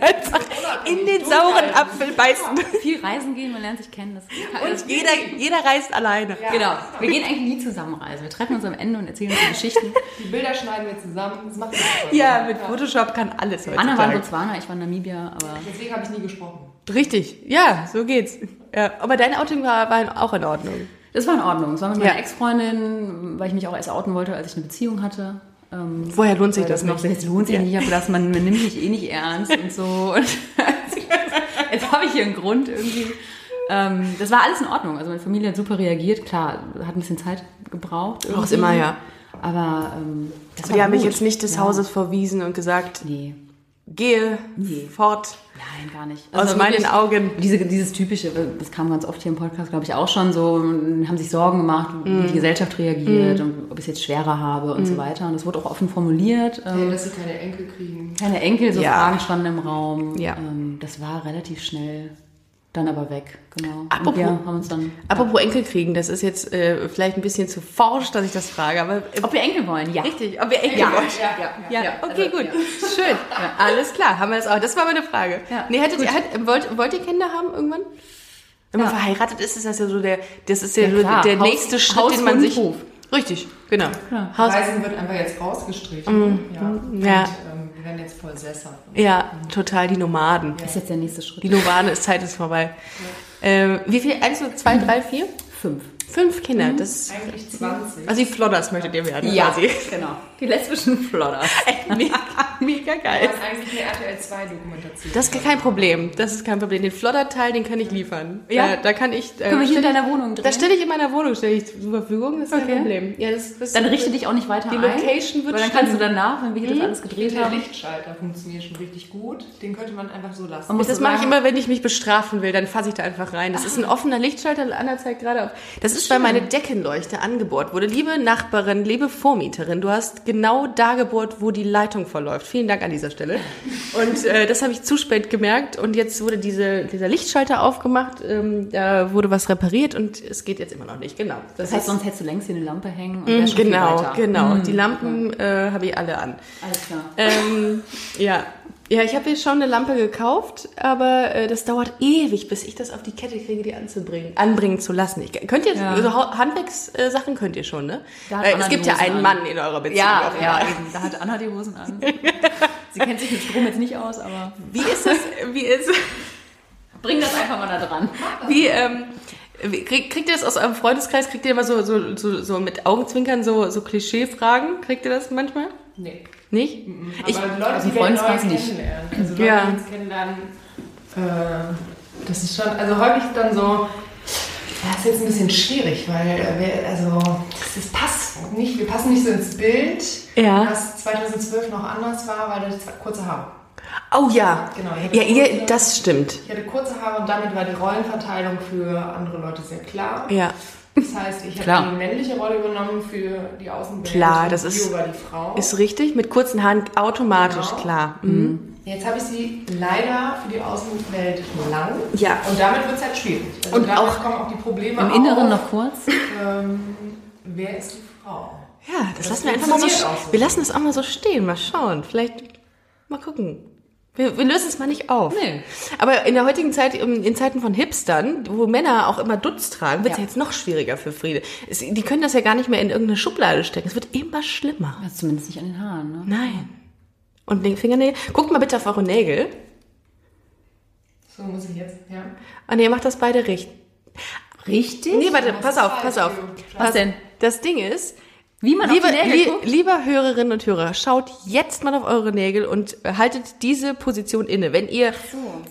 Speaker 1: Einfach in den sauren Apfel beißen.
Speaker 2: Viel reisen gehen, man lernt sich kennen. Das das-
Speaker 1: Und jeder, jeder reist alleine.
Speaker 2: Genau. Wir gehen eigentlich nie zusammen reisen. Wir treffen uns am Ende und erzählen uns die Geschichten.
Speaker 3: Die Bilder schneiden wir zusammen. Das macht man
Speaker 1: Ja, mit Photoshop kann alles
Speaker 2: Anna war in
Speaker 1: heutzutage.
Speaker 2: Botswana, ich war in Namibia, aber
Speaker 3: Deswegen habe ich nie gesprochen.
Speaker 1: Richtig, ja, so geht's. Ja, aber dein Outing war, war auch in Ordnung.
Speaker 2: das war in Ordnung. Es war mit meiner
Speaker 1: Ja.
Speaker 2: Ex-Freundin, weil ich mich auch erst outen wollte, als ich eine Beziehung hatte. Ähm,
Speaker 1: Woher lohnt sich
Speaker 2: weil
Speaker 1: das
Speaker 2: man-
Speaker 1: noch?
Speaker 2: Jetzt lohnt sich
Speaker 1: Ja.
Speaker 2: nicht, aber dass man, man nimmt mich eh nicht ernst und so. Und jetzt habe ich hier einen Grund irgendwie. Ähm, das war alles in Ordnung. Also meine Familie hat super reagiert. Klar, hat ein bisschen Zeit gebraucht.
Speaker 1: Braucht's
Speaker 2: irgendwie.
Speaker 1: immer, ja.
Speaker 2: Aber ähm, das
Speaker 1: Die
Speaker 2: war
Speaker 1: haben mich
Speaker 2: gut.
Speaker 1: jetzt nicht des
Speaker 2: ja.
Speaker 1: Hauses verwiesen und gesagt,
Speaker 2: Nee,
Speaker 1: gehe
Speaker 2: Nee.
Speaker 1: fort.
Speaker 2: nein, gar nicht.
Speaker 1: Aus
Speaker 2: war
Speaker 1: meinen
Speaker 2: wirklich-
Speaker 1: Augen.
Speaker 2: Diese, dieses typische, das kam ganz oft hier im Podcast, glaube ich, auch schon so, haben sich Sorgen gemacht,
Speaker 1: Mhm.
Speaker 2: wie die Gesellschaft reagiert und ob ich es jetzt schwerer habe und so weiter. Und das wurde auch offen formuliert. Ähm,
Speaker 3: dass sie keine Enkel kriegen.
Speaker 2: Keine Enkel, so
Speaker 1: Ja.
Speaker 2: Fragen standen im Raum.
Speaker 1: Ja.
Speaker 2: Ähm, das war relativ schnell dann aber weg, genau.
Speaker 1: Apropos-
Speaker 2: Und wir haben uns dann.
Speaker 1: Apropos Enkel kriegen, das ist jetzt äh, vielleicht ein bisschen zu forsch, dass ich das frage, aber äh,
Speaker 2: Ob wir Enkel wollen, ja.
Speaker 1: richtig, ob wir Enkel
Speaker 2: Ja.
Speaker 1: wollen.
Speaker 3: Ja, ja.
Speaker 1: Ja,
Speaker 2: Ja,
Speaker 1: okay,
Speaker 2: also,
Speaker 1: gut.
Speaker 2: ja.
Speaker 1: Schön. Alles klar, haben wir das auch. Das war meine Frage.
Speaker 2: Ja,
Speaker 1: nee, hättet
Speaker 2: gut.
Speaker 1: ihr, hat, wollt, wollt ihr Kinder haben irgendwann? Wenn man
Speaker 2: Ja.
Speaker 1: verheiratet ist, ist das ja so der, das ist ja,
Speaker 2: Ja,
Speaker 1: so
Speaker 2: klar.
Speaker 1: der
Speaker 2: Haus-
Speaker 1: nächste Schritt,
Speaker 2: Haus,
Speaker 1: den man
Speaker 2: Hund,
Speaker 1: sich.
Speaker 2: Hof.
Speaker 1: Richtig, genau.
Speaker 2: Ja.
Speaker 1: Haus,
Speaker 3: Reisen wird einfach jetzt rausgestrichen. Ja. Und,
Speaker 1: Ja.
Speaker 3: ähm, wir werden jetzt voll sesshaft.
Speaker 1: ja, total die Nomaden.
Speaker 2: Das ist jetzt der nächste Schritt.
Speaker 1: Die Nomaden ist Zeit ist vorbei. Ähm, wie viel? Eins, zwei,
Speaker 2: Mhm.
Speaker 1: drei, vier?
Speaker 2: Fünf.
Speaker 1: Fünf Kinder.
Speaker 2: Mhm.
Speaker 1: Das ist,
Speaker 3: Eigentlich 20.
Speaker 1: also die Flodders möchtet ihr werden quasi.
Speaker 2: genau. Die lesbischen Flodder.
Speaker 1: mega, mega geil.
Speaker 3: Das ist eigentlich eine RTL 2 Dokumentation.
Speaker 1: Das ist kein Problem. Das ist kein Problem. Den Flodder-Teil, den kann ich liefern.
Speaker 2: Ja?
Speaker 1: Da, da kann ich. Äh,
Speaker 2: Können wir hier in
Speaker 1: stell-
Speaker 2: deiner Wohnung drehen?
Speaker 1: das stelle ich in meiner Wohnung stelle ich zur Verfügung. Das ist
Speaker 2: Okay.
Speaker 1: kein Problem. Ja, das, das
Speaker 2: Dann richte dich auch nicht weiter
Speaker 1: Die
Speaker 2: ein.
Speaker 1: Location wird
Speaker 2: Weil
Speaker 1: stimmen.
Speaker 2: dann kannst du danach, wenn wir hier das alles gedreht
Speaker 3: der
Speaker 2: haben.
Speaker 3: Lichtschalter funktioniert schon richtig gut. Den könnte man einfach so lassen.
Speaker 2: Man muss-
Speaker 1: Das
Speaker 2: so Ah.
Speaker 1: mache ich
Speaker 2: sagen.
Speaker 1: immer, wenn ich mich bestrafen will. Dann fasse ich da einfach rein. Das ist ein offener Lichtschalter. Anna zeigt gerade auf. Das ist, weil meine Deckenleuchte angebohrt wurde. Liebe Nachbarin, liebe Vormieterin, du hast genau da gebohrt, wo die Leitung verläuft. Vielen Dank an dieser Stelle. Und äh, das habe ich zu spät gemerkt. Und jetzt wurde diese, dieser Lichtschalter aufgemacht. Ähm, da wurde was repariert und es geht jetzt immer noch nicht. Genau.
Speaker 2: Das heißt, sonst hättest du längst hier eine Lampe hängen und
Speaker 1: Mm,
Speaker 2: wär schon viel
Speaker 1: genau,
Speaker 2: weiter. Mhm.
Speaker 1: genau. Die Lampen äh, habe ich alle an.
Speaker 2: Alles klar.
Speaker 1: Ähm, ja. Ja, ich habe jetzt schon eine Lampe gekauft, aber äh, das dauert ewig, bis ich das auf die Kette kriege, die anzubringen, anbringen zu lassen. Ich, könnt ihr,
Speaker 2: Ja.
Speaker 1: also Ha- Handwerkssachen könnt ihr schon, ne?
Speaker 2: Da hat
Speaker 1: Weil
Speaker 2: Anna
Speaker 1: es gibt
Speaker 2: die
Speaker 1: ja
Speaker 2: Hosen
Speaker 1: einen
Speaker 2: an.
Speaker 1: Mann in eurer Beziehung.
Speaker 2: Ja,
Speaker 1: offenbar.
Speaker 2: ja, eben. Da hat Anna die Hosen an. Sie kennt sich mit Strom jetzt nicht aus, aber
Speaker 1: Wie ist es, wie ist,
Speaker 2: bring das einfach mal da dran.
Speaker 1: wie, ähm, wie, krieg, kriegt ihr das aus eurem Freundeskreis? Kriegt ihr immer so, so, so, so mit Augenzwinkern so, so Klischee-Fragen? Kriegt ihr das manchmal?
Speaker 3: nee.
Speaker 1: Nicht?
Speaker 3: Mhm. Aber
Speaker 1: Ich,
Speaker 3: Leute, die werden
Speaker 2: Freundes
Speaker 3: Neues
Speaker 2: weiß nicht.
Speaker 3: kennenlernen. Also Leute,
Speaker 1: Ja.
Speaker 3: die uns kennenlernen, äh, das ist schon, also häufig dann so, das ist jetzt ein bisschen schwierig, weil äh, wir, also das, das passt nicht, wir passen nicht so ins Bild,
Speaker 1: Ja.
Speaker 3: was 2012 noch anders war, weil das kurze Haare.
Speaker 1: oh ja.
Speaker 3: Genau, ich hab
Speaker 1: Ja,
Speaker 3: jetzt
Speaker 1: ihr,
Speaker 3: kurze-
Speaker 1: das stimmt.
Speaker 3: Ich hatte kurze Haare und damit war die Rollenverteilung für andere Leute sehr klar.
Speaker 1: Ja.
Speaker 3: Das heißt, ich
Speaker 2: Klar.
Speaker 3: habe die männliche Rolle übernommen für die Außenwelt.
Speaker 1: Klar,
Speaker 3: und
Speaker 1: das
Speaker 3: Bio
Speaker 1: ist-
Speaker 3: war die Frau.
Speaker 1: Ist richtig, mit kurzen Haaren automatisch
Speaker 3: Genau.
Speaker 1: klar. Mhm.
Speaker 3: Jetzt habe ich sie leider für die Außenwelt lang.
Speaker 1: Ja.
Speaker 3: Und damit wird es halt schwierig. Also
Speaker 1: Und
Speaker 3: damit
Speaker 1: auch
Speaker 3: kommen auch die Probleme
Speaker 2: Im
Speaker 3: auf.
Speaker 2: Inneren noch kurz.
Speaker 3: Ähm, wer ist die Frau?
Speaker 1: Ja, das,
Speaker 3: Das
Speaker 1: lassen wir einfach mal so,
Speaker 3: funktioniert auch so.
Speaker 1: Wir lassen es auch mal so stehen. Mal schauen. Vielleicht mal gucken. Wir, wir lösen es mal nicht auf.
Speaker 2: Nee.
Speaker 1: Aber in der heutigen Zeit, ähm, in in Zeiten von Hipstern, wo Männer auch immer Dutz tragen, wird es ja.
Speaker 2: Ja.
Speaker 1: jetzt noch schwieriger für Friede. Es, die können das ja gar nicht mehr in irgendeine Schublade stecken. Es wird immer schlimmer.
Speaker 2: Ja, zumindest nicht an den Haaren, ne?
Speaker 1: Nein. Und den Fingernägel. Guckt mal bitte auf eure Nägel.
Speaker 3: So muss ich jetzt, ja.
Speaker 1: Und Ah, ihr macht das beide richtig.
Speaker 2: Richtig?
Speaker 1: Nee, warte,
Speaker 3: Was
Speaker 1: pass
Speaker 3: ist
Speaker 1: auf,
Speaker 3: falsch,
Speaker 1: pass auf.
Speaker 3: Leo?
Speaker 2: Was denn?
Speaker 1: Das Ding ist,
Speaker 2: Wie man
Speaker 1: Liebe,
Speaker 2: auf die Nägel
Speaker 1: li
Speaker 2: guckt?
Speaker 1: lieber Hörerinnen und Hörer, schaut jetzt mal auf eure Nägel und haltet diese Position inne. Wenn ihr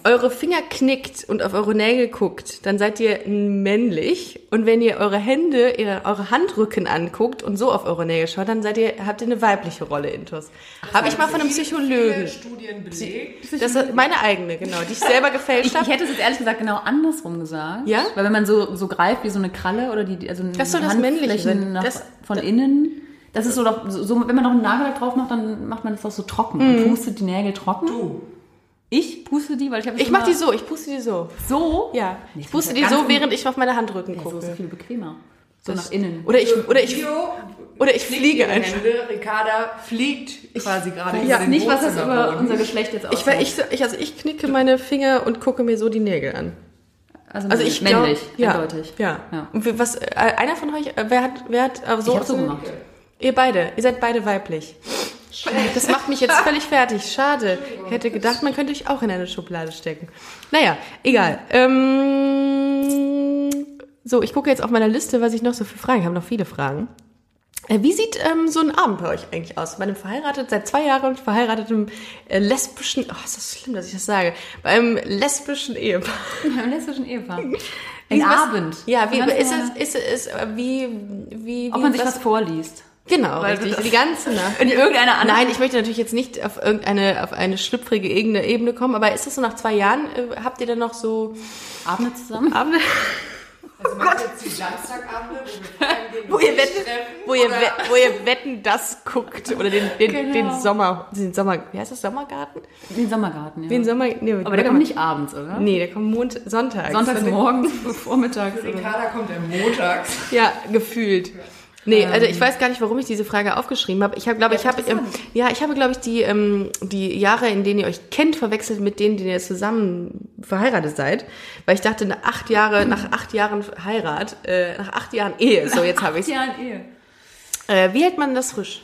Speaker 1: eure Finger knickt und auf eure Nägel guckt, dann seid ihr männlich. Und wenn ihr eure Hände, ihr, eure Handrücken anguckt und so auf eure Nägel schaut, dann seid ihr, habt ihr eine weibliche Rolle, Intus. Habe
Speaker 2: also
Speaker 1: ich mal von einem
Speaker 3: Viele
Speaker 1: Psychologen.
Speaker 3: Studien belegt.
Speaker 1: Das ist meine eigene, genau, die ich selber gefälscht
Speaker 2: Ich, ich
Speaker 1: habe.
Speaker 2: hätte es jetzt ehrlich gesagt genau andersrum gesagt.
Speaker 1: Ja?
Speaker 2: Weil wenn man so, so greift wie so eine Kralle oder die, also
Speaker 1: Das soll das
Speaker 2: Handflächen
Speaker 1: Männliche sein.
Speaker 2: Nach,
Speaker 1: Das-
Speaker 2: von innen. Das ist so, doch, so, so, wenn man noch einen Nagellack drauf macht, dann macht man das doch so trocken.
Speaker 1: Mhm.
Speaker 2: Und pustet die Nägel trocken.
Speaker 3: Du.
Speaker 2: Ich puste die, weil ich habe
Speaker 1: Ich mache die so, ich puste die so.
Speaker 2: so.
Speaker 1: Ja,
Speaker 2: Nee,
Speaker 1: ich puste
Speaker 2: das
Speaker 1: die
Speaker 2: ist ja
Speaker 1: so,
Speaker 2: ganz
Speaker 1: während ich auf meine Handrücken
Speaker 2: Ja, so
Speaker 1: gucke.
Speaker 2: ist es viel bequemer. So nach innen.
Speaker 1: Oder ich, oder ich,
Speaker 3: Leo
Speaker 1: oder ich
Speaker 3: knickt
Speaker 1: fliege
Speaker 3: ihre
Speaker 1: einfach.
Speaker 3: Hände. Ricarda fliegt quasi gerade.
Speaker 2: ich
Speaker 3: über
Speaker 2: weiß
Speaker 3: den
Speaker 2: nicht, was das
Speaker 3: Wohnzimmerboden.
Speaker 2: über unser Geschlecht jetzt
Speaker 1: Ich, weil
Speaker 2: aussagt.
Speaker 1: ich, ich, also ich knicke meine Finger und gucke mir so die Nägel an.
Speaker 2: also,
Speaker 1: Also ich glaub-
Speaker 2: männlich,
Speaker 1: ja,
Speaker 2: eindeutig.
Speaker 1: Ja.
Speaker 2: Ja.
Speaker 1: Und wir- was, äh, einer von euch, äh, wer hat, wer hat äh, so,
Speaker 2: Ich habe so gemacht.
Speaker 1: Ihr beide, ihr seid beide weiblich. Das macht mich jetzt völlig fertig. Schade. Ich hätte gedacht, man könnte euch auch in eine Schublade stecken. Naja, egal. Ähm, so, ich gucke jetzt auf meiner Liste, was ich noch so für Fragen habe. Noch viele Fragen. Äh, Wie sieht ähm, so ein Abend bei euch eigentlich aus? Bei einem verheiratet, seit zwei Jahren verheirateten äh, lesbischen, oh, ist das schlimm, dass ich das sage, bei einem lesbischen Ehepaar.
Speaker 2: Im lesbischen Ehepaar.
Speaker 1: Wie-
Speaker 2: Ein
Speaker 1: was-
Speaker 2: Abend.
Speaker 1: Ja, wie
Speaker 2: Ganz
Speaker 1: ist
Speaker 2: normal.
Speaker 1: es, ist es, ist, äh, wie, wie,
Speaker 2: Ob
Speaker 1: wie
Speaker 2: man sich was vorliest.
Speaker 1: Genau,
Speaker 2: Weil
Speaker 1: richtig.
Speaker 2: das-
Speaker 1: Die ganze Nacht.
Speaker 2: In irgendeiner anderen-
Speaker 1: Nein, ich möchte natürlich jetzt nicht auf irgendeine, auf eine schlüpfrige Ebene, Ebene kommen, aber ist das so nach zwei Jahren, äh, habt ihr dann noch so
Speaker 2: Abende zusammen.
Speaker 1: Abende,
Speaker 3: Also meinst du jetzt die Samstagabende, wo
Speaker 1: Oh wo
Speaker 3: wir feiern gehen und
Speaker 1: ihr
Speaker 3: nicht
Speaker 1: wetten,
Speaker 3: treffen?
Speaker 1: wo ihr,
Speaker 3: Oder-
Speaker 1: wet, wo ihr wetten, das guckt, oder den, den,
Speaker 2: Genau.
Speaker 1: den Sommer, den Sommer, wie heißt das, Sommergarten?
Speaker 2: Den Sommergarten, ja.
Speaker 1: Den Sommer, nee,
Speaker 2: Aber der kommt nicht abends, oder?
Speaker 1: Nee, der kommt Mond, Sonntags.
Speaker 2: Sonntags morgens, vormittags. Oder?
Speaker 3: Ricarda kommt am Montag.
Speaker 1: Ja, gefühlt. Nee, also
Speaker 2: Ähm.
Speaker 1: ich weiß gar nicht, warum ich diese Frage aufgeschrieben habe. Ich habe, glaube ich, habe ähm, ja, ich habe, glaube ich, die ähm, die Jahre, in denen ihr euch kennt, verwechselt mit denen, die ihr zusammen verheiratet seid, weil ich dachte, nach acht Jahre, nach acht Jahren Heirat, äh, nach acht Jahren Ehe, so jetzt habe ich.
Speaker 2: Ja, in Ehe.
Speaker 1: Äh, wie hält man das frisch?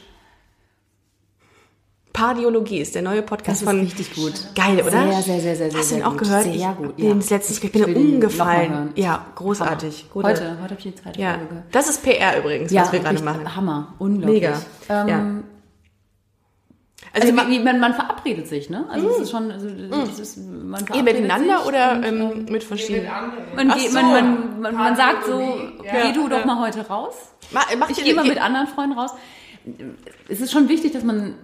Speaker 1: Pardiologie ist der neue
Speaker 2: Das
Speaker 1: Podcast
Speaker 2: ist
Speaker 1: von.
Speaker 2: richtig gut.
Speaker 1: Geil, oder?
Speaker 2: Sehr, sehr, sehr, sehr,
Speaker 1: Hast du
Speaker 2: sehr
Speaker 1: den auch
Speaker 2: gut.
Speaker 1: gehört?
Speaker 2: Sehr gut,
Speaker 1: Ich,
Speaker 2: ja.
Speaker 1: den letztens, ich bin
Speaker 2: Ich will den noch mal
Speaker 1: umgefallen.
Speaker 2: hören.
Speaker 1: Ja, großartig. Gute-
Speaker 2: Heute, heute habe ich die zweite
Speaker 1: Ja,
Speaker 2: Folge gehört.
Speaker 1: das ist PR übrigens, was wir gerade
Speaker 2: wirklich
Speaker 1: machen.
Speaker 2: Hammer, unglaublich.
Speaker 1: Mega,
Speaker 2: Ähm,
Speaker 1: ja. Also,
Speaker 2: Also,
Speaker 1: ma-
Speaker 2: wie, wie, man, man verabredet sich, ne? Also es ist schon, also, es ist, man verabredet
Speaker 1: ihr miteinander
Speaker 2: sich
Speaker 1: oder
Speaker 2: und,
Speaker 1: ähm, mit
Speaker 3: Mit
Speaker 1: verschiedenen?
Speaker 3: anderen.
Speaker 2: man, geht,
Speaker 1: so.
Speaker 2: man, man, man, man sagt so,
Speaker 3: Partyologie, ja.
Speaker 2: geh du doch mal heute raus.
Speaker 1: Ma- Macht
Speaker 2: Ich
Speaker 1: ihr-
Speaker 2: gehe mal
Speaker 1: ihr-
Speaker 2: mit anderen Freunden raus. Es ist schon wichtig, dass man,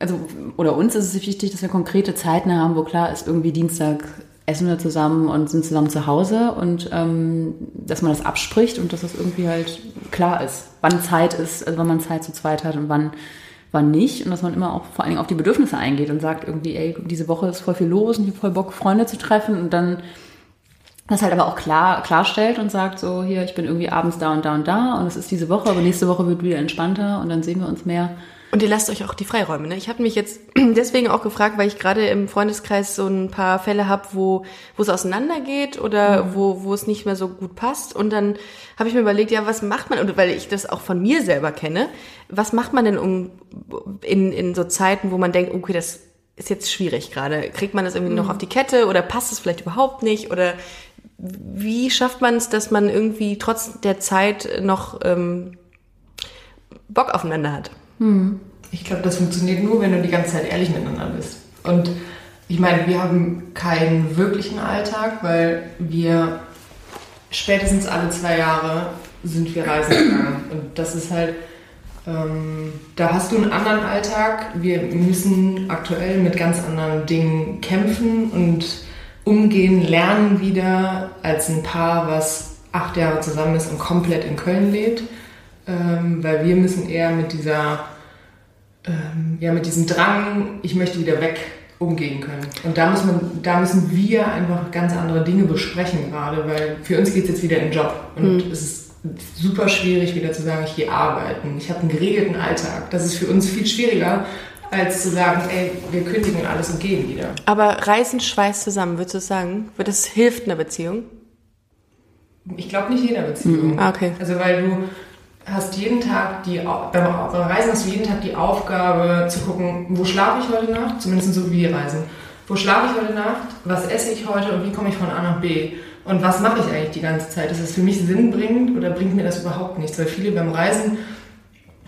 Speaker 2: also, oder uns ist es wichtig, dass wir konkrete Zeiten haben, wo klar ist, irgendwie Dienstag essen wir zusammen und sind zusammen zu Hause und ähm, dass man das abspricht und dass das irgendwie halt klar ist, wann Zeit ist, also wann man Zeit zu zweit hat und wann, wann nicht und dass man immer auch vor allen Dingen auf die Bedürfnisse eingeht und sagt irgendwie, ey, diese Woche ist voll viel los und ich habe voll Bock, Freunde zu treffen und dann das halt aber auch klar, klarstellt und sagt so, hier, ich bin irgendwie abends da und da und da und es ist diese Woche, aber nächste Woche wird wieder entspannter und dann sehen wir uns mehr.
Speaker 1: Und ihr lasst euch auch die Freiräume, ne? Ich habe mich jetzt deswegen auch gefragt, weil ich gerade im Freundeskreis so ein paar Fälle habe, wo wo es auseinandergeht oder wo wo es nicht mehr so gut passt. Und dann habe ich mir überlegt, ja, was macht man? Und weil ich das auch von mir selber kenne, was macht man denn um in in so Zeiten, wo man denkt, okay, das ist jetzt schwierig gerade. Kriegt man das irgendwie noch auf die Kette oder passt es vielleicht überhaupt nicht oder wie schafft man es, dass man irgendwie trotz der Zeit noch ähm, Bock aufeinander hat?
Speaker 3: Ich glaube, das funktioniert nur, wenn du die ganze Zeit ehrlich miteinander bist. Und ich meine, wir haben keinen wirklichen Alltag, weil wir spätestens alle zwei Jahre sind wir reisen gegangen. Und das ist halt, ähm, da hast du einen anderen Alltag. Wir müssen aktuell mit ganz anderen Dingen kämpfen und umgehen, lernen wieder als ein Paar, was acht Jahre zusammen ist und komplett in Köln lebt. Ähm, weil wir müssen eher mit dieser ähm, ja, mit diesem Drang, ich möchte wieder weg umgehen können. Und da, muss man, da müssen wir einfach ganz andere Dinge besprechen gerade, weil für uns geht es jetzt wieder in den Job. Und es ist super schwierig, wieder zu sagen, ich gehe arbeiten. Ich habe einen geregelten Alltag. Das ist für uns viel schwieriger, als zu sagen, ey, wir kündigen alles und gehen wieder.
Speaker 1: Aber Reißen Schweiß zusammen, würdest du sagen? Wird das hilft einer Beziehung?
Speaker 3: Ich glaube nicht jeder Beziehung.
Speaker 1: Ah, okay.
Speaker 3: Also weil du hast jeden Tag die Au- beim beim Reisen hast du jeden Tag die Aufgabe zu gucken, wo schlafe ich heute Nacht, zumindest so wie wir reisen. Wo schlafe ich heute Nacht, was esse ich heute und wie komme ich von A nach B? Und was mache ich eigentlich die ganze Zeit? Ist das für mich sinnbringend oder bringt mir das überhaupt nichts? Weil viele beim Reisen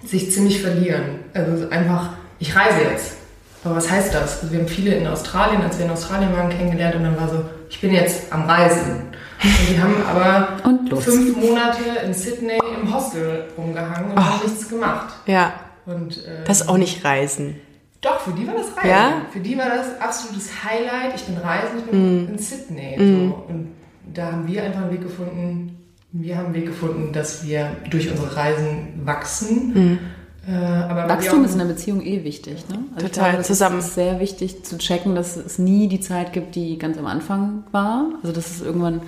Speaker 3: sich ziemlich verlieren. Also einfach, ich reise jetzt. Aber was heißt das? Also wir haben viele in Australien, als wir in Australien waren, kennengelernt und dann war so, ich bin jetzt am Reisen. Und die haben aber
Speaker 2: Und los.
Speaker 3: fünf Monate in Sydney im Hostel rumgehangen und
Speaker 2: Oh.
Speaker 3: haben nichts gemacht.
Speaker 1: Ja.
Speaker 3: Und, äh,
Speaker 1: Das ist auch nicht Reisen.
Speaker 3: doch, für die war das Reisen.
Speaker 1: Ja?
Speaker 3: Für die war das absolutes Highlight. Ich bin reisen, ich
Speaker 2: Mm.
Speaker 3: bin in Sydney. So. Und da haben wir einfach einen Weg gefunden, wir haben einen Weg gefunden, dass wir durch unsere Reisen wachsen. Äh, aber weil wir
Speaker 2: Mm. Wachstum
Speaker 3: auch-
Speaker 2: ist in der Beziehung eh wichtig. Ne? Also ich
Speaker 1: Total,
Speaker 2: das
Speaker 1: zusammen.
Speaker 2: ist sehr wichtig zu checken, dass es nie die Zeit gibt, die ganz am Anfang war. Also dass es irgendwann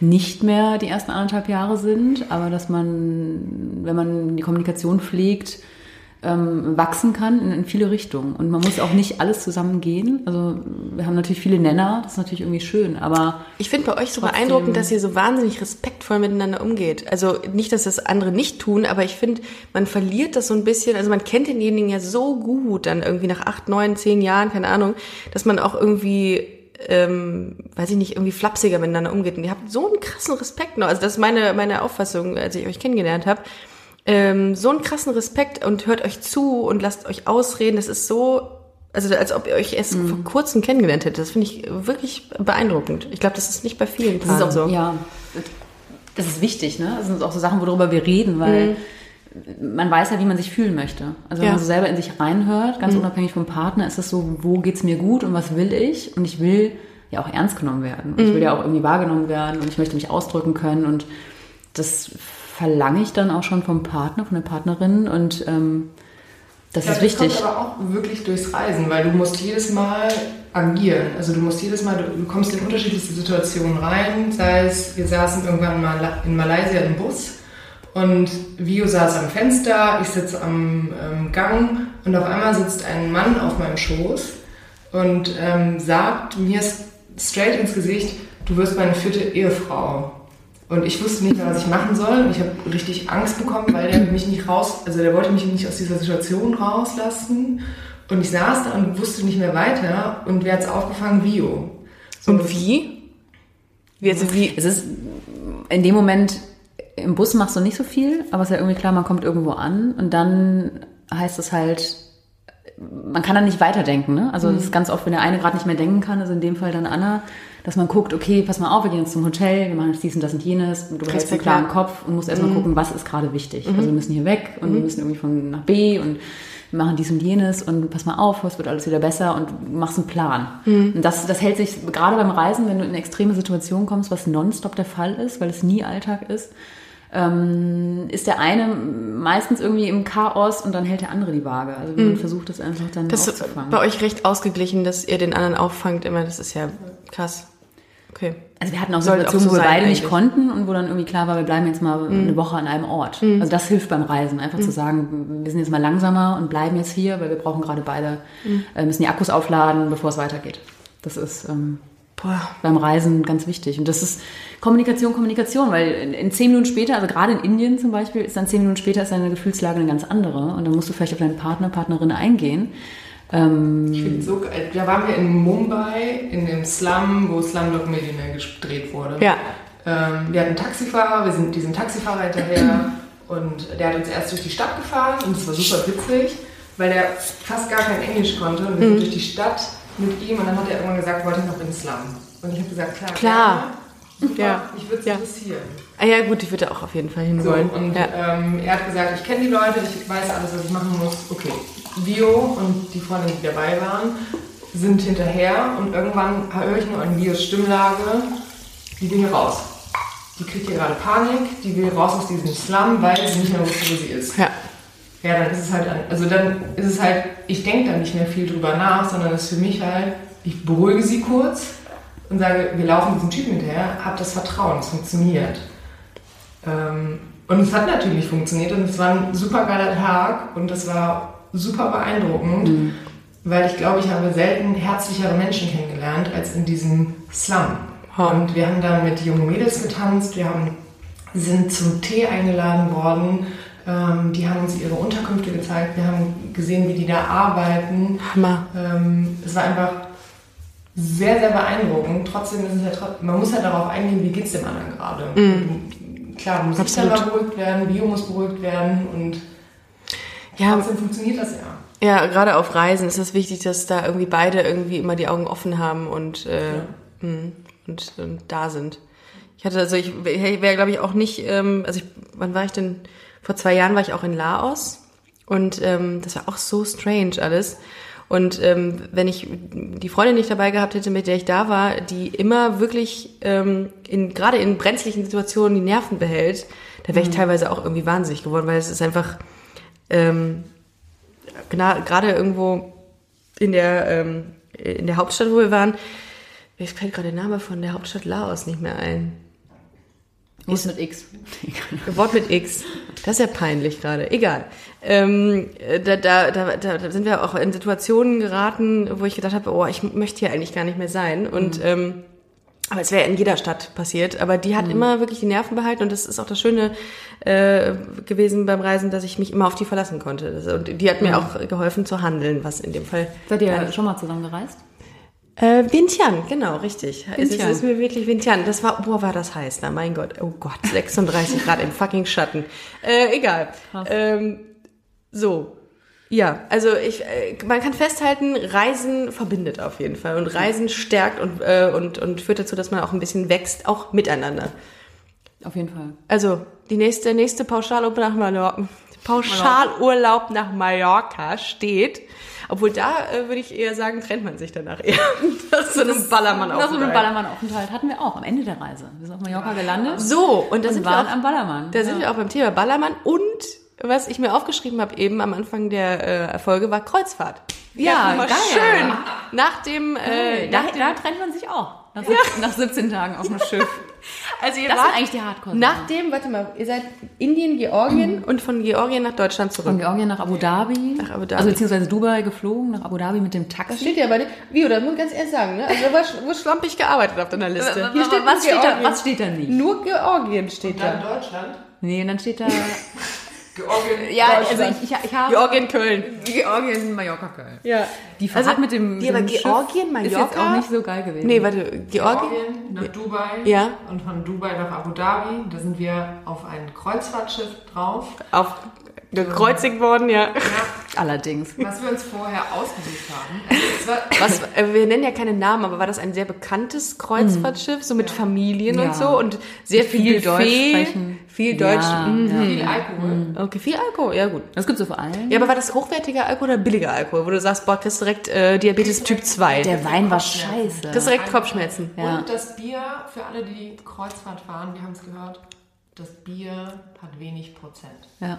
Speaker 2: nicht mehr die ersten anderthalb Jahre sind, aber dass man, wenn man die Kommunikation pflegt, ähm, wachsen kann in, in viele Richtungen. Und man muss auch nicht alles zusammengehen. Also wir haben natürlich viele Nenner, das ist natürlich irgendwie schön, aber
Speaker 1: Ich finde bei euch so beeindruckend, dass ihr so wahnsinnig respektvoll miteinander umgeht. Also nicht, dass das andere nicht tun, aber ich finde, man verliert das so ein bisschen. Also man kennt denjenigen ja so gut, dann irgendwie nach acht, neun, zehn Jahren, keine Ahnung, dass man auch irgendwie, ähm, weiß ich nicht, irgendwie flapsiger miteinander umgeht. Und ihr habt so einen krassen Respekt noch. Also das ist meine, meine Auffassung, als ich euch kennengelernt habe. Ähm, so einen krassen Respekt und hört euch zu und lasst euch ausreden. Das ist so, also als ob ihr euch erst
Speaker 2: Mhm.
Speaker 1: vor kurzem kennengelernt hättet. Das finde ich wirklich beeindruckend. Ich glaube, das ist nicht bei vielen
Speaker 2: Das ist
Speaker 1: Paaren
Speaker 2: auch,
Speaker 1: so.
Speaker 2: ja, das ist wichtig, ne? Das sind auch so Sachen, worüber wir reden, weil man weiß ja, wie man sich fühlen möchte. Also wenn
Speaker 1: Ja.
Speaker 2: man so selber in sich reinhört, ganz unabhängig vom Partner, ist es so, wo geht's mir gut und was will ich? Und ich will ja auch ernst genommen werden. Und Ich will ja auch irgendwie wahrgenommen werden und ich möchte mich ausdrücken können und das verlange ich dann auch schon vom Partner, von der Partnerin und ähm, das
Speaker 3: Ja,
Speaker 2: ist wichtig.
Speaker 3: kommt aber auch wirklich durchs Reisen, weil du musst jedes Mal agieren. Also du musst jedes Mal, du kommst in unterschiedlichste Situationen rein. Sei es, wir saßen irgendwann mal in Malaysia im Bus und Vio saß am Fenster, ich sitze am ähm, Gang und auf einmal sitzt ein Mann auf meinem Schoß und ähm, sagt mir s- straight ins Gesicht, du wirst meine vierte Ehefrau. Und ich wusste nicht mehr, was ich machen soll. Und ich habe richtig Angst bekommen, weil der mich nicht raus, also der wollte mich nicht aus dieser Situation rauslassen. Und ich saß da und wusste nicht mehr weiter. Und wer hat's aufgefangen? Vio. So,
Speaker 1: Und wie? Wie, also wie?
Speaker 2: Es ist in dem Moment, im Bus machst du nicht so viel, aber es ist ja irgendwie klar, man kommt irgendwo an und dann heißt es halt, man kann dann nicht weiterdenken. Ne? Also
Speaker 1: Mhm.
Speaker 2: das ist ganz oft, wenn der eine gerade nicht mehr denken kann, also in dem Fall dann Anna, dass man guckt, okay, pass mal auf, wir gehen jetzt zum Hotel, wir machen jetzt dies und das und jenes, und du behältst einen
Speaker 1: Respekt,
Speaker 2: klaren
Speaker 1: ja. Mhm.
Speaker 2: Kopf und musst erstmal gucken, was ist gerade wichtig. Also wir müssen hier weg und wir müssen irgendwie von nach B und wir machen dies und jenes und pass mal auf, es wird alles wieder besser und du machst einen Plan.
Speaker 1: Mhm.
Speaker 2: Und das, das hält sich gerade beim Reisen, wenn du in eine extreme Situation kommst, was nonstop der Fall ist, weil es nie Alltag ist, ähm, ist der eine meistens irgendwie im Chaos und dann hält der andere die Waage. Also man versucht das einfach dann
Speaker 1: Mhm. Das ist
Speaker 2: aufzufangen.
Speaker 1: bei euch recht ausgeglichen, dass ihr den anderen auffangt immer. Das ist ja krass. Okay.
Speaker 2: Also wir hatten auch
Speaker 1: Sollte auch
Speaker 2: Situationen,
Speaker 1: so
Speaker 2: wo wir
Speaker 1: sein
Speaker 2: beide nicht
Speaker 1: eigentlich. Mhm.
Speaker 2: konnten und wo dann irgendwie klar war, wir bleiben jetzt mal eine Woche an einem Ort. Also das hilft beim Reisen, einfach zu sagen, wir sind jetzt mal langsamer und bleiben jetzt hier, weil wir brauchen gerade beide,
Speaker 1: Mhm.
Speaker 2: äh, müssen die Akkus aufladen, bevor es weitergeht. Das ist ähm,
Speaker 1: Boah.
Speaker 2: beim Reisen ganz wichtig. Und das ist Kommunikation, Kommunikation, weil in, in zehn Minuten später, also gerade in Indien zum Beispiel, ist dann zehn Minuten später ist deine Gefühlslage eine ganz andere und dann musst du vielleicht auf deinen Partner, Partnerin eingehen.
Speaker 3: ich find's so geil. Da waren wir in Mumbai, in dem Slum, wo Slumdog Millionaire gedreht wurde.
Speaker 1: Ja.
Speaker 3: Ähm, wir hatten einen Taxifahrer, wir sind diesem Taxifahrer hinterher und der hat uns erst durch die Stadt gefahren und es war super witzig, weil er fast gar kein Englisch konnte und wir
Speaker 1: Mhm.
Speaker 3: sind durch die Stadt mit ihm und dann hat er irgendwann gesagt, wollte ich noch in den Slum. Und ich habe gesagt, klar,
Speaker 1: Klar.
Speaker 3: gerne. Super,
Speaker 1: Ja.
Speaker 3: Mich würde es
Speaker 1: Ja.
Speaker 3: interessieren.
Speaker 1: Ah ja, gut, ich würde auch auf jeden Fall
Speaker 3: So,
Speaker 1: hinwollen.
Speaker 3: und
Speaker 1: ja.
Speaker 3: ähm, er hat gesagt, ich kenne die Leute, ich weiß alles, was ich machen muss. Okay. Bio und die Freundin, die dabei waren, sind hinterher und irgendwann höre ich nur an Bios Stimmlage, die will hier raus. Die kriegt hier gerade Panik, die will raus aus diesem Slum, weil sie nicht mehr wusste, wo sie ist.
Speaker 1: ja.
Speaker 3: Ja, dann ist es halt, also dann ist es halt, ich denke da nicht mehr viel drüber nach, sondern es ist für mich halt, ich beruhige sie kurz und sage, wir laufen diesem Typen hinterher, hab das Vertrauen, es funktioniert. Ähm, und es hat natürlich funktioniert und es war ein super geiler Tag und das war super beeindruckend, weil ich glaube, ich habe selten herzlichere Menschen kennengelernt als in diesem Slum. Und wir haben da mit jungen Mädels getanzt, wir haben, sind zum Tee eingeladen worden, ähm, die haben uns ihre Unterkünfte gezeigt, wir haben gesehen, wie die da arbeiten.
Speaker 1: Hammer.
Speaker 3: Ähm, es war einfach sehr, sehr beeindruckend. Trotzdem ist es ja, tro- man muss ja darauf eingehen, wie geht's dem anderen gerade. Klar, Musik
Speaker 1: Mm. Absolut.
Speaker 3: selber beruhigt werden, Bio muss beruhigt werden und
Speaker 1: Ja,
Speaker 3: trotzdem funktioniert das ja.
Speaker 1: ja, gerade auf Reisen ist es wichtig, dass da irgendwie beide irgendwie immer die Augen offen haben und, äh, mh, und, und da sind. Ich hatte, also ich wäre, glaube ich, auch nicht, ähm, also ich, wann war ich denn? Vor zwei Jahren war ich auch in Laos und ähm, das war auch so strange alles. Und ähm, wenn ich die Freundin nicht dabei gehabt hätte, mit der ich da war, die immer wirklich ähm, in, gerade in brenzlichen Situationen die Nerven behält, da wäre ich teilweise auch irgendwie wahnsinnig geworden, weil es ist einfach, ähm, gna- gerade irgendwo in der, ähm, in der Hauptstadt, wo wir waren, mir fällt gerade der Name von der Hauptstadt Laos nicht mehr ein.
Speaker 2: Ist mit X. Egal.
Speaker 1: Ein Wort mit X. Das ist ja peinlich gerade. Egal. Ähm, da, da, da, da sind wir auch in Situationen geraten, wo ich gedacht habe, oh, ich möchte hier eigentlich gar nicht mehr sein. Und ähm, aber es wäre in jeder Stadt passiert. Aber die hat immer wirklich die Nerven behalten und das ist auch das Schöne äh, gewesen beim Reisen, dass ich mich immer auf die verlassen konnte. Das, und die hat mir auch geholfen zu handeln, was in dem Fall.
Speaker 2: Seid ihr schon mal zusammen gereist?
Speaker 1: Äh, Vientiane, genau, richtig.
Speaker 2: Vientiane.
Speaker 1: Es ist mir wirklich Vientiane. Das war, boah, war das heiß da, mein Gott. Oh Gott, 36 Grad im fucking Schatten. Äh, egal. Ähm, so. Ja, also ich, äh, man kann festhalten, Reisen verbindet auf jeden Fall und Reisen stärkt und, äh, und, und führt dazu, dass man auch ein bisschen wächst, auch miteinander.
Speaker 2: Auf jeden Fall.
Speaker 1: Also, die nächste, nächste Pauschalurlaub nach Mallorca, Pauschalurlaub nach Mallorca steht. Obwohl da äh, würde ich eher sagen, trennt man sich danach eher. Das ist so ein Ballermann
Speaker 2: Nach so einem
Speaker 1: aufgereiht.
Speaker 2: Ballermann-Aufenthalt hatten wir auch am Ende der Reise. Wir sind auf Mallorca gelandet
Speaker 1: So, und da
Speaker 2: und
Speaker 1: sind wir
Speaker 2: waren
Speaker 1: auch,
Speaker 2: am Ballermann.
Speaker 1: da sind wir auch beim Thema Ballermann und was ich mir aufgeschrieben habe eben am Anfang der äh, Folge war Kreuzfahrt.
Speaker 2: Ja,
Speaker 1: mal
Speaker 2: geil.
Speaker 1: schön. Nach dem, äh,
Speaker 2: Hey, da,
Speaker 1: nach dem
Speaker 2: da trennt man sich auch. Nach, 17 nach 17 Tagen auf dem Schiff.
Speaker 1: also ihr
Speaker 2: Das
Speaker 1: wart
Speaker 2: sind eigentlich die hardcore
Speaker 1: nach dem, warte mal, ihr seid Indien,
Speaker 2: Mhm.
Speaker 1: Georgien und von Georgien nach Deutschland zurück.
Speaker 2: Von Georgien nach Abu Dhabi.
Speaker 1: Nach Abu Dhabi.
Speaker 2: Also beziehungsweise Dubai geflogen, nach Abu Dhabi mit dem
Speaker 1: Das
Speaker 2: Taxi.
Speaker 1: steht ja bei dir. Wie, oder muss ich ganz ehrlich sagen, ne? Also da war sch- wurde schlampig gearbeitet auf deiner Liste.
Speaker 2: Hier steht was,
Speaker 1: nur
Speaker 2: steht da,
Speaker 1: Georgien.
Speaker 2: was steht da nicht?
Speaker 1: Nur Georgien steht
Speaker 3: Dann
Speaker 1: da.
Speaker 3: Deutschland,
Speaker 2: Nee, und dann steht da...
Speaker 3: Georgien,
Speaker 2: Ja,
Speaker 3: Deutschland.
Speaker 2: also ich, ich, ich habe...
Speaker 1: Georgien, Köln.
Speaker 2: Georgien, Mallorca, Köln.
Speaker 1: Ja.
Speaker 2: Die Fahrt mit dem,
Speaker 1: ja, Also, aber
Speaker 2: dem Schiff
Speaker 1: Georgien,
Speaker 2: ist jetzt auch
Speaker 1: Mallorca?
Speaker 2: nicht so geil gewesen.
Speaker 1: Nee, warte, Georgien?
Speaker 3: Georgien nach Dubai
Speaker 1: Ja.
Speaker 3: und von Dubai nach Abu Dhabi. Da sind wir auf ein Kreuzfahrtschiff drauf.
Speaker 1: Auf gekreuzigt worden, ja.
Speaker 2: Allerdings.
Speaker 3: Was wir uns vorher ausgesucht haben. Also es war,
Speaker 1: Was, äh, wir nennen ja keine Namen, aber war das ein sehr bekanntes Kreuzfahrtschiff, so mit Familien
Speaker 2: Ja.
Speaker 1: und so und sehr viel,
Speaker 2: Viel Deutsch
Speaker 1: Buffet,
Speaker 2: sprechen.
Speaker 1: Viel Deutsch.
Speaker 2: Ja,
Speaker 1: mhm.
Speaker 3: viel Alkohol.
Speaker 1: Okay, viel Alkohol, ja gut.
Speaker 2: Das gibt's auf allen.
Speaker 1: Ja, aber war das hochwertiger Alkohol oder billiger Alkohol, wo du sagst, boah, kriegst direkt äh, Diabetes Typ 2?
Speaker 2: Der Wein war scheiße.
Speaker 1: kriegst direkt Kopfschmerzen.
Speaker 2: Ja.
Speaker 3: Und das Bier, für alle, die Kreuzfahrt fahren, wir haben es gehört, das Bier hat wenig Prozent.
Speaker 2: ja.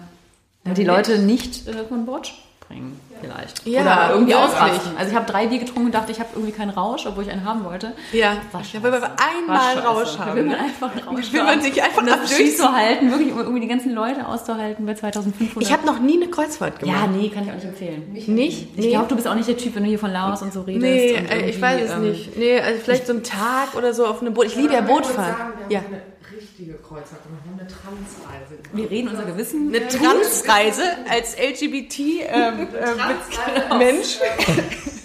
Speaker 2: Und die Leute nicht äh, von Bord springen, vielleicht.
Speaker 1: Ja,
Speaker 2: Oder irgendwie
Speaker 1: wirklich.
Speaker 2: ausrasten. Also ich habe drei Bier getrunken und dachte, ich habe irgendwie keinen Rausch, obwohl ich einen haben wollte.
Speaker 1: Ja,
Speaker 2: War
Speaker 1: da will man
Speaker 2: scheiße.
Speaker 1: einmal
Speaker 2: War scheiße.
Speaker 1: Rausch
Speaker 2: Da
Speaker 1: haben,
Speaker 2: Will
Speaker 1: ne?
Speaker 2: man einfach einen Rausch
Speaker 1: will man
Speaker 2: haben.
Speaker 1: sich einfach
Speaker 2: um das
Speaker 1: abdurchziehen.
Speaker 2: durchzuhalten, wirklich, um irgendwie die ganzen Leute auszuhalten bei 2500.
Speaker 1: Ich habe noch nie eine Kreuzfahrt
Speaker 2: ja,
Speaker 1: gemacht.
Speaker 2: nee, kann ich auch nicht empfehlen.
Speaker 1: Ja, nicht?
Speaker 2: Ich glaube, du bist auch nicht der Typ, wenn du hier von Laos und so redest.
Speaker 1: Nee,
Speaker 2: und
Speaker 1: äh, ich
Speaker 2: irgendwie,
Speaker 1: weiß es
Speaker 2: ähm,
Speaker 1: nicht. Nee, also vielleicht so einen Tag oder so auf einem Boot. Ich liebe ja
Speaker 3: Aber ich würde
Speaker 1: Bootfahren.
Speaker 3: sagen, Wir
Speaker 1: Ja.
Speaker 3: haben eine richtige Kreuzfahrt gemacht, wir haben eine Transreise gemacht.
Speaker 2: Wir reden unser Gewissen.
Speaker 1: Eine Transreise als LGBT-Mensch. Ähm,
Speaker 3: Transreise
Speaker 1: äh, Mensch.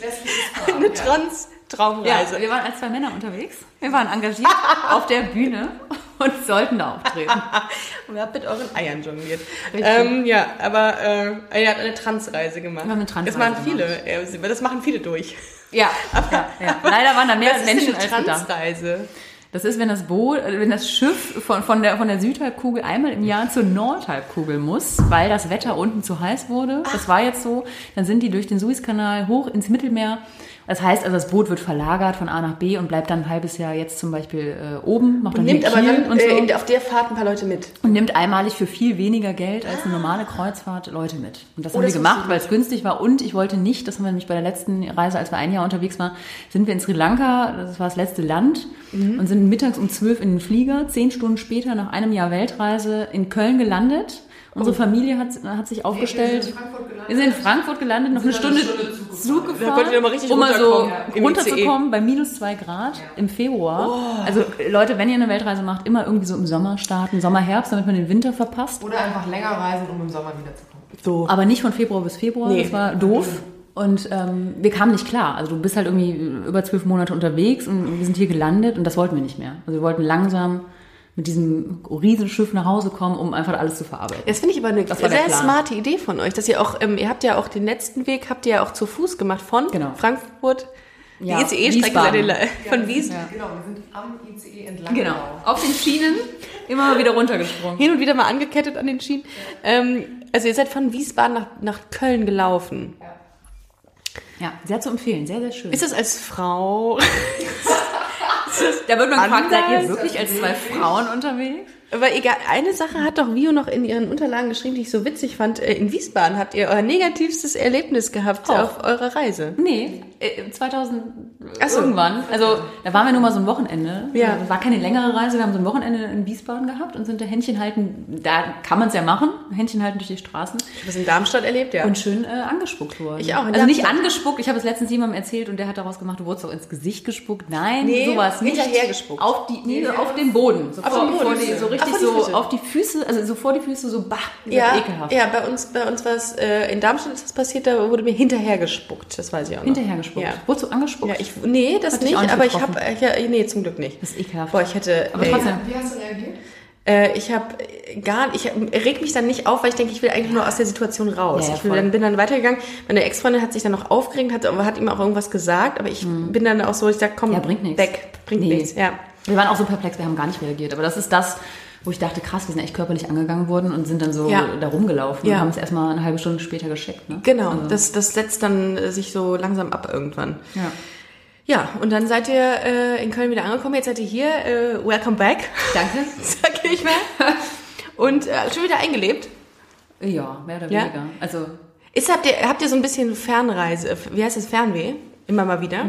Speaker 3: Lesbisch-
Speaker 1: eine Trans-Traumreise.
Speaker 2: Ja, also wir waren als zwei Männer unterwegs. Wir waren engagiert auf der Bühne und sollten da auftreten.
Speaker 1: Und ihr habt mit euren Eiern jongliert. Ähm, ja, aber äh, ihr habt eine Transreise gemacht.
Speaker 2: Wir haben eine Transreise
Speaker 1: Das machen viele. äh, Das machen viele durch.
Speaker 2: Ja, ja, ja. Leider waren da mehr
Speaker 1: Das
Speaker 2: Menschen
Speaker 1: ist
Speaker 2: als
Speaker 1: eine
Speaker 2: gedacht.
Speaker 1: Transreise.
Speaker 2: Das ist, wenn das Boot, äh, wenn das Schiff von, von, der, von der Südhalbkugel einmal im Jahr zur Nordhalbkugel muss, weil das
Speaker 1: Ah.
Speaker 2: Wetter unten zu heiß wurde. Das war jetzt so. Dann sind die durch den Suezkanal hoch ins Mittelmeer Das heißt also, das Boot wird verlagert von A nach B und bleibt dann ein halbes Jahr jetzt zum Beispiel äh, oben, macht dann
Speaker 1: Nimmt
Speaker 2: hier
Speaker 1: aber
Speaker 2: Kiel
Speaker 1: dann
Speaker 2: und so.
Speaker 1: äh, in, auf der Fahrt ein paar Leute mit.
Speaker 2: Und nimmt einmalig für viel weniger Geld als eine normale Kreuzfahrt Leute mit. Und das
Speaker 3: Oh,
Speaker 2: haben
Speaker 1: das wusste
Speaker 2: wir gemacht, weil es günstig war. Und ich wollte nicht, das haben wir nämlich bei der letzten Reise, als wir ein Jahr unterwegs waren, sind wir in Sri Lanka, das war das letzte Land,
Speaker 3: Mhm.
Speaker 2: und sind mittags um zwölf in den Flieger, zehn Stunden später, nach einem Jahr Weltreise, in Köln gelandet.
Speaker 3: Oh.
Speaker 2: Unsere Familie hat, hat sich aufgestellt.
Speaker 3: Frankfurt gelandet.
Speaker 2: Wir sind in Frankfurt gelandet, noch eine
Speaker 3: Sind dann eine
Speaker 2: Stunde,
Speaker 3: Stunde Zug
Speaker 2: Zug
Speaker 3: gefahren.
Speaker 1: Da
Speaker 2: gefahren,
Speaker 1: wollten wir mal richtig
Speaker 2: um mal so
Speaker 1: runterkommen, ja, im
Speaker 2: runterzukommen bei minus zwei Grad im Februar.
Speaker 1: Oh.
Speaker 2: Also äh, Leute, wenn ihr eine Weltreise macht, immer irgendwie so im Sommer starten, Sommer, Herbst, damit man den Winter verpasst.
Speaker 3: Oder einfach länger reisen, um im Sommer wiederzukommen.
Speaker 1: So.
Speaker 2: Aber nicht von Februar bis Februar,
Speaker 1: Nee.
Speaker 2: das war doof. Und ähm, wir kamen nicht klar. Also du bist halt irgendwie über zwölf Monate unterwegs und wir sind hier gelandet und das wollten wir nicht mehr. Also wir wollten langsam mit diesem Riesenschiff nach Hause kommen, um einfach alles zu verarbeiten.
Speaker 1: Das finde ich aber eine
Speaker 2: war der
Speaker 1: sehr
Speaker 2: Plan.
Speaker 1: smarte Idee von euch, dass ihr auch, ähm, ihr habt ja auch den letzten Weg, habt ihr ja auch zu Fuß gemacht von
Speaker 2: Genau.
Speaker 1: Frankfurt, die
Speaker 2: Ja,
Speaker 1: ICE-Strecke
Speaker 2: Wiesbaden.
Speaker 1: seid ihr le- von Wiesbaden.
Speaker 3: Genau, wir sind am ICE entlang.
Speaker 2: Genau. Auf den Schienen immer wieder runtergesprungen.
Speaker 1: Hin und wieder mal angekettet an den Schienen. Ähm, also ihr seid von Wiesbaden nach, nach Köln gelaufen.
Speaker 2: Ja, sehr zu empfehlen, sehr, sehr schön.
Speaker 1: Ist das als Frau?
Speaker 2: Da wird man gefragt, seid ihr
Speaker 1: Anders?
Speaker 2: wirklich als zwei Frauen unterwegs?
Speaker 1: Aber egal, eine Sache hat doch Vio noch in ihren Unterlagen geschrieben, die ich so witzig fand. Äh, In Wiesbaden habt ihr euer negativstes Erlebnis gehabt
Speaker 2: Auch.
Speaker 1: auf eurer Reise.
Speaker 2: Nee, äh, 2000
Speaker 1: Ach so.
Speaker 2: irgendwann. Also da waren wir nur mal so ein Wochenende.
Speaker 1: Ja.
Speaker 2: Das war keine längere Reise. Wir haben so ein Wochenende in Wiesbaden gehabt und sind da Händchen halten. Da kann man es ja machen. Händchen halten durch die Straßen.
Speaker 1: Ich habe es in Darmstadt erlebt, ja.
Speaker 2: Und schön äh, angespuckt worden.
Speaker 1: Ich auch, in
Speaker 2: Also nicht
Speaker 1: Darmstadt.
Speaker 2: angespuckt. Ich habe es letztens jemandem erzählt und der hat daraus gemacht, du wurdest auch ins Gesicht gespuckt. Nein,
Speaker 1: Nee,
Speaker 2: sowas nicht.
Speaker 1: hinterhergespuckt.
Speaker 2: Auf, die, nee, auf den Boden. So, vor,
Speaker 1: den Boden.
Speaker 2: Vor die, so
Speaker 1: Ach,
Speaker 2: richtig
Speaker 1: vor die
Speaker 2: so
Speaker 1: Füße.
Speaker 2: auf die Füße. Also so vor die Füße so bah.
Speaker 1: ja,
Speaker 2: ekelhaft.
Speaker 1: ja, bei uns, bei uns war es, äh, in Darmstadt ist das passiert, da wurde mir hinterher gespuckt, das weiß ich auch noch.
Speaker 2: Hinterhergespuckt.
Speaker 1: Ja.
Speaker 2: Wurdest du angespuckt?
Speaker 1: Ja, ich, nee, das
Speaker 2: Hat dich
Speaker 1: nicht,
Speaker 2: auch nicht
Speaker 1: aber ich
Speaker 2: getroffen.
Speaker 1: habe, ja, nee, zum Glück nicht.
Speaker 2: Das ist ekelhaft.
Speaker 1: Boah, ich hätte,
Speaker 2: Aber
Speaker 1: ey,
Speaker 2: trotzdem.
Speaker 3: Wie hast du reagiert?
Speaker 1: äh, ich habe gar nicht, ich hab- reg mich dann nicht auf, weil ich denke, ich will eigentlich nur aus der Situation raus.
Speaker 2: Ja, ja,
Speaker 1: ich will,
Speaker 2: voll.
Speaker 1: dann, bin dann weitergegangen, meine Ex-Freundin hat sich dann noch aufgeregt, hat, hat ihm auch irgendwas gesagt, aber ich bin dann auch so, ich sag, komm,
Speaker 2: Hm. Ja, bringt nichts.
Speaker 1: weg, bringt
Speaker 2: Nee.
Speaker 1: nichts, ja.
Speaker 2: Wir waren auch so perplex, wir haben gar nicht reagiert. Aber das ist das, wo ich dachte, krass, wir sind echt körperlich angegangen worden und sind dann so
Speaker 1: Ja.
Speaker 2: da rumgelaufen
Speaker 1: Ja.
Speaker 2: und haben es erstmal eine halbe Stunde später gescheckt. Ne?
Speaker 1: Genau,
Speaker 2: Also,
Speaker 1: das, das setzt dann äh, sich so langsam ab irgendwann.
Speaker 2: ja.
Speaker 1: Ja, und dann seid ihr äh, in Köln wieder angekommen. Jetzt seid ihr hier. Äh, welcome back,
Speaker 2: Danke.
Speaker 1: sag ich mal. Und äh, schon wieder eingelebt.
Speaker 2: Ja, mehr oder
Speaker 1: Ja?
Speaker 2: weniger. Also
Speaker 1: Ist, habt, ihr, habt ihr so ein bisschen Fernreise, wie heißt das, Fernweh? Immer mal wieder?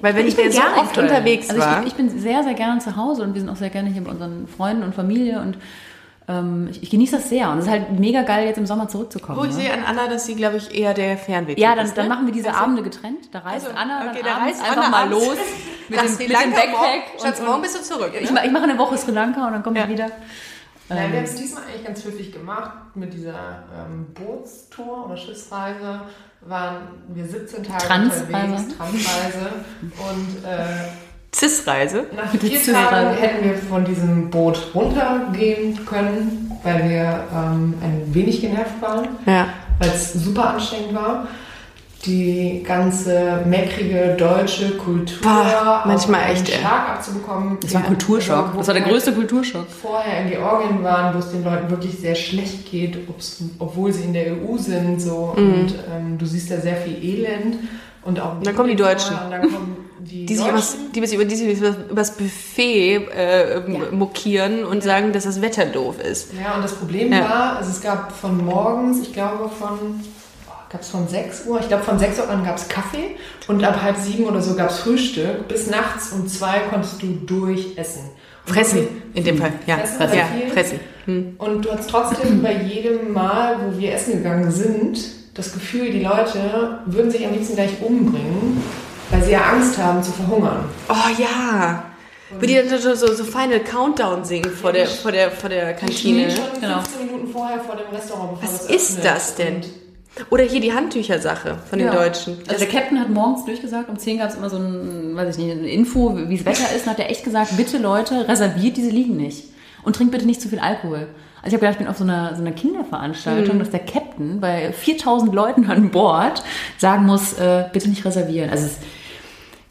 Speaker 1: Weil wenn ich,
Speaker 2: Mm. bin
Speaker 1: so
Speaker 2: gerne
Speaker 1: oft
Speaker 2: in Köln.
Speaker 1: unterwegs
Speaker 2: also
Speaker 1: war.
Speaker 2: Ich, ich bin sehr, sehr gerne zu Hause und wir sind auch sehr gerne hier bei unseren Freunden und Familie und ähm, ich, ich genieße das sehr. Und es ist halt mega geil, jetzt im Sommer zurückzukommen.
Speaker 1: oh, ich
Speaker 2: ne?
Speaker 1: sehe an Anna, dass sie, glaube ich, eher der Fernweh
Speaker 2: Ja, dann, dann machen wir diese Abende getrennt. Da reist
Speaker 1: Ne? Also,
Speaker 2: Anna
Speaker 1: okay,
Speaker 2: dann
Speaker 1: da
Speaker 2: abends
Speaker 1: reist
Speaker 2: einfach
Speaker 1: Anna
Speaker 2: mal
Speaker 1: abends.
Speaker 2: los mit dem, mit dem Backpack.
Speaker 1: Schatz, morgen bist du zurück. Ne?
Speaker 2: Ich, ma- ich mache eine Woche Sri Lanka und dann komme
Speaker 1: Ja.
Speaker 2: ich wieder.
Speaker 3: Nein,
Speaker 2: Ähm.
Speaker 3: wir haben es diesmal eigentlich ganz pfiffig gemacht. Mit dieser ähm, Bootstour oder Schiffsreise waren wir 17 Tage
Speaker 2: Transreise.
Speaker 3: unterwegs, Transreise. Und äh,
Speaker 1: Cis-Reise.
Speaker 3: nach
Speaker 2: Mit der
Speaker 3: vier
Speaker 2: Zisreise.
Speaker 3: Tagen hätten wir von diesem Boot runtergehen können, weil wir ähm, ein wenig genervt waren,
Speaker 1: Ja.
Speaker 3: weil es super anstrengend war. Die ganze meckrige deutsche Kultur
Speaker 1: Boah, manchmal
Speaker 3: auf einen
Speaker 1: echt, ey.
Speaker 3: Schlag abzubekommen.
Speaker 2: äh, Das war ein Kulturschock. Das war der größte Kulturschock.
Speaker 3: vorher in Georgien waren, wo es den Leuten wirklich sehr schlecht geht, ob's, obwohl sie in der EU sind. So.
Speaker 1: Mhm.
Speaker 3: Und ähm, du siehst da sehr viel Elend. Und auch
Speaker 1: dann kommen die Deutschen.
Speaker 3: Und dann kommen die,
Speaker 1: Die sich, übers,
Speaker 3: Deutschen.
Speaker 1: die, sich über, die sich über- übers Buffet äh, mokieren und sagen, dass das Wetter doof ist.
Speaker 3: Ja, und das Problem
Speaker 1: Ja.
Speaker 3: war, also es gab von morgens, ich glaube von, gab es von 6 Uhr, ich glaube von 6 Uhr an gab es Kaffee und ab halb sieben oder so gab es Frühstück. Bis nachts um zwei konntest du durchessen. Und
Speaker 1: Fressen, in dem Fall. Ja,
Speaker 3: Fressen
Speaker 1: fressen. Ja,
Speaker 3: war viel.
Speaker 1: fressen.
Speaker 3: Und du hast trotzdem bei jedem Mal, wo wir essen gegangen sind, das Gefühl, die Leute würden sich am liebsten gleich umbringen, weil sie ja Angst haben zu verhungern.
Speaker 1: Oh ja. Wie die dann so, so, so Final Countdown singen vor der, vor der, vor der
Speaker 3: Die stehen
Speaker 1: Kantine.
Speaker 3: schon
Speaker 2: genau.
Speaker 3: 15 Minuten vorher vor dem Restaurant, bevor
Speaker 1: Was
Speaker 3: das
Speaker 1: ist
Speaker 3: öffnet.
Speaker 1: das denn?
Speaker 3: Und
Speaker 1: Oder hier die Handtücher-Sache von den
Speaker 2: Ja.
Speaker 1: Deutschen.
Speaker 2: Also der Captain hat morgens durchgesagt, um 10 gab es immer so ein, weiß ich nicht, eine Info, wie das Wetter ist. Dann hat er echt gesagt, bitte Leute, reserviert diese Liegen nicht. Und trinkt bitte nicht zu viel Alkohol. Also ich habe gedacht, ich bin auf so einer, so einer Kinderveranstaltung, dass der Captain bei 4000 Leuten an Bord sagen muss, äh, bitte nicht reservieren. Also es,